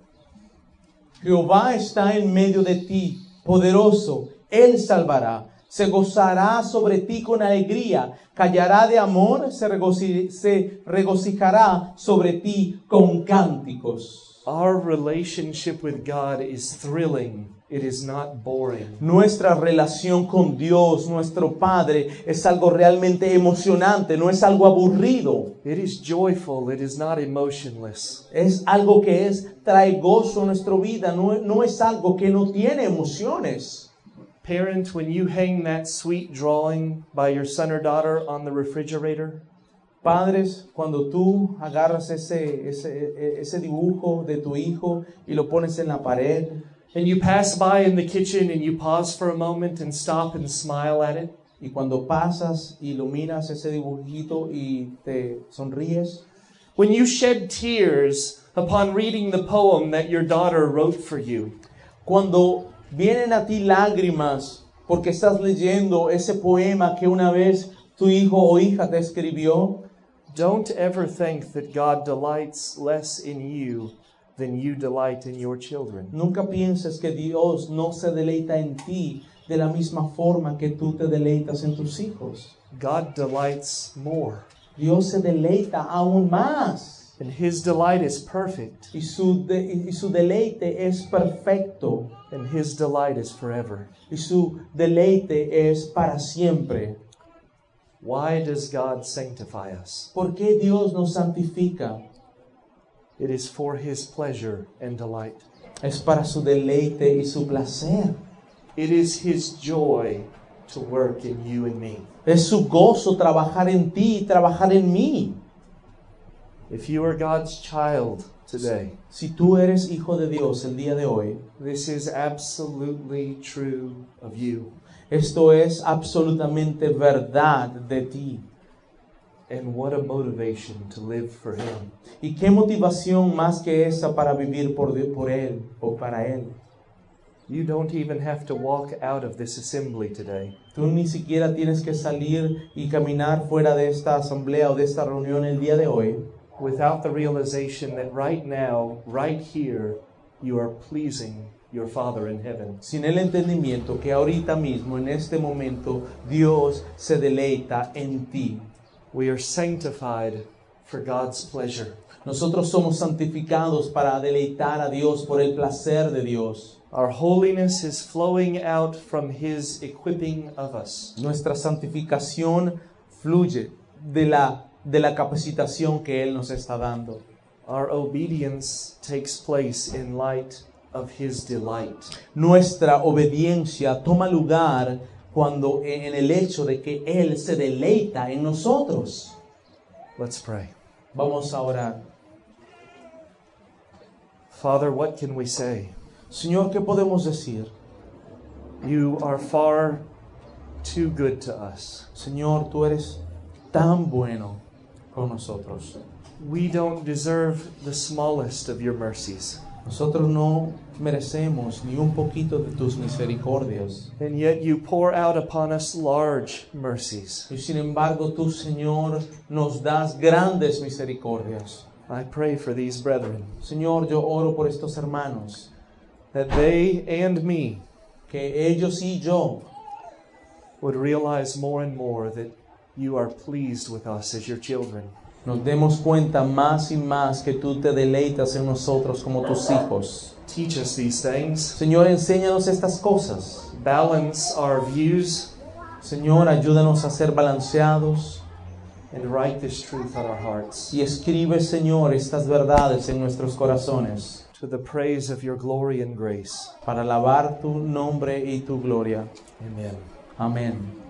[SPEAKER 2] Jehová está en medio de ti, poderoso, Él salvará, se gozará sobre ti con alegría, callará de amor, se, regoci- se regocijará sobre ti con cánticos.
[SPEAKER 1] Our relationship with God is thrilling, it is not boring.
[SPEAKER 2] Nuestra relación con Dios, nuestro Padre, es algo realmente emocionante, no es algo aburrido,
[SPEAKER 1] It is joyful, it is not emotionless.
[SPEAKER 2] es algo que es, trae gozo a nuestra vida, no- no es algo que no tiene emociones.
[SPEAKER 1] Parent, when you hang that sweet drawing by your son or daughter on the refrigerator,
[SPEAKER 2] Padres, cuando tú agarras ese, ese, e- ese dibujo de tu hijo y lo pones en la pared
[SPEAKER 1] and you pass by in the kitchen and you pause for a moment and stop and smile at it,
[SPEAKER 2] y cuando pasas y lo miras ese dibujito y te sonríes,
[SPEAKER 1] when you shed tears upon reading the poem that your daughter wrote for you,
[SPEAKER 2] cuando vienen a ti lágrimas porque estás leyendo ese poema que una vez tu hijo o hija te escribió,
[SPEAKER 1] don't ever think that God delights less in you than you delight in your children.
[SPEAKER 2] nunca pienses que Dios no se deleita en ti de la misma forma que tú te deleitas en tus hijos.
[SPEAKER 1] God delights more,
[SPEAKER 2] Dios se deleita aún más.
[SPEAKER 1] and His delight is perfect,
[SPEAKER 2] y su, de- y su deleite es perfecto
[SPEAKER 1] and His delight is forever.
[SPEAKER 2] y su deleite es para siempre.
[SPEAKER 1] Why does God sanctify us?
[SPEAKER 2] ¿Por qué Dios nos santifica?
[SPEAKER 1] It is for His pleasure and delight.
[SPEAKER 2] Es para su deleite y su placer.
[SPEAKER 1] It is His joy to work in you and me.
[SPEAKER 2] Es su gozo trabajar en ti y trabajar en mí.
[SPEAKER 1] If you are God's child today,
[SPEAKER 2] Si tú eres hijo de Dios el día de hoy,
[SPEAKER 1] this is absolutely true of you.
[SPEAKER 2] esto es absolutamente verdad de ti.
[SPEAKER 1] And what a motivation to live for Him.
[SPEAKER 2] ¿Y qué motivación más que esa para vivir por, Di- por Él o para Él?
[SPEAKER 1] You don't even have to walk out of this assembly today.
[SPEAKER 2] Tú ni siquiera tienes que salir y caminar fuera de esta asamblea o de esta reunión el día de hoy
[SPEAKER 1] without the realization that right now, right here, you are pleasing your Father in heaven.
[SPEAKER 2] sin el entendimiento que ahorita mismo, en este momento, Dios se deleita en ti.
[SPEAKER 1] We are sanctified for God's pleasure.
[SPEAKER 2] Nosotros somos santificados para deleitar a Dios por el placer de Dios.
[SPEAKER 1] Our holiness is flowing out from His equipping of us.
[SPEAKER 2] Nuestra santificación fluye de la, de la capacitación que Él nos está dando.
[SPEAKER 1] Our obedience takes place in light of His delight.
[SPEAKER 2] Nuestra obediencia toma lugar cuando e, en el hecho de que Él se deleita en nosotros.
[SPEAKER 1] Let's pray.
[SPEAKER 2] Vamos a orar.
[SPEAKER 1] Father, what can we say?
[SPEAKER 2] Señor, ¿qué podemos decir?
[SPEAKER 1] You are far too good to us.
[SPEAKER 2] Señor, tú eres tan bueno con nosotros.
[SPEAKER 1] We don't deserve the smallest of your mercies.
[SPEAKER 2] Nosotros no merecemos ni un poquito de tus misericordias.
[SPEAKER 1] And yet you pour out upon us large mercies.
[SPEAKER 2] Y sin embargo, tú, Señor, nos das grandes misericordias.
[SPEAKER 1] I pray for these brethren,
[SPEAKER 2] Señor, yo oro por estos hermanos,
[SPEAKER 1] that they and me
[SPEAKER 2] que ellos y yo
[SPEAKER 1] would realize more and more that you are pleased with us as your children.
[SPEAKER 2] nos demos cuenta más y más que tú te deleitas en nosotros como tus hijos.
[SPEAKER 1] Teach us these things.
[SPEAKER 2] Señor, enséñanos estas cosas.
[SPEAKER 1] Balance our views
[SPEAKER 2] Señor, ayúdanos a ser balanceados
[SPEAKER 1] and write this truth on our hearts
[SPEAKER 2] y escribe, Señor, estas verdades en nuestros corazones
[SPEAKER 1] to the praise of your glory and grace.
[SPEAKER 2] para alabar tu nombre y tu gloria.
[SPEAKER 1] Amen.
[SPEAKER 2] Amén.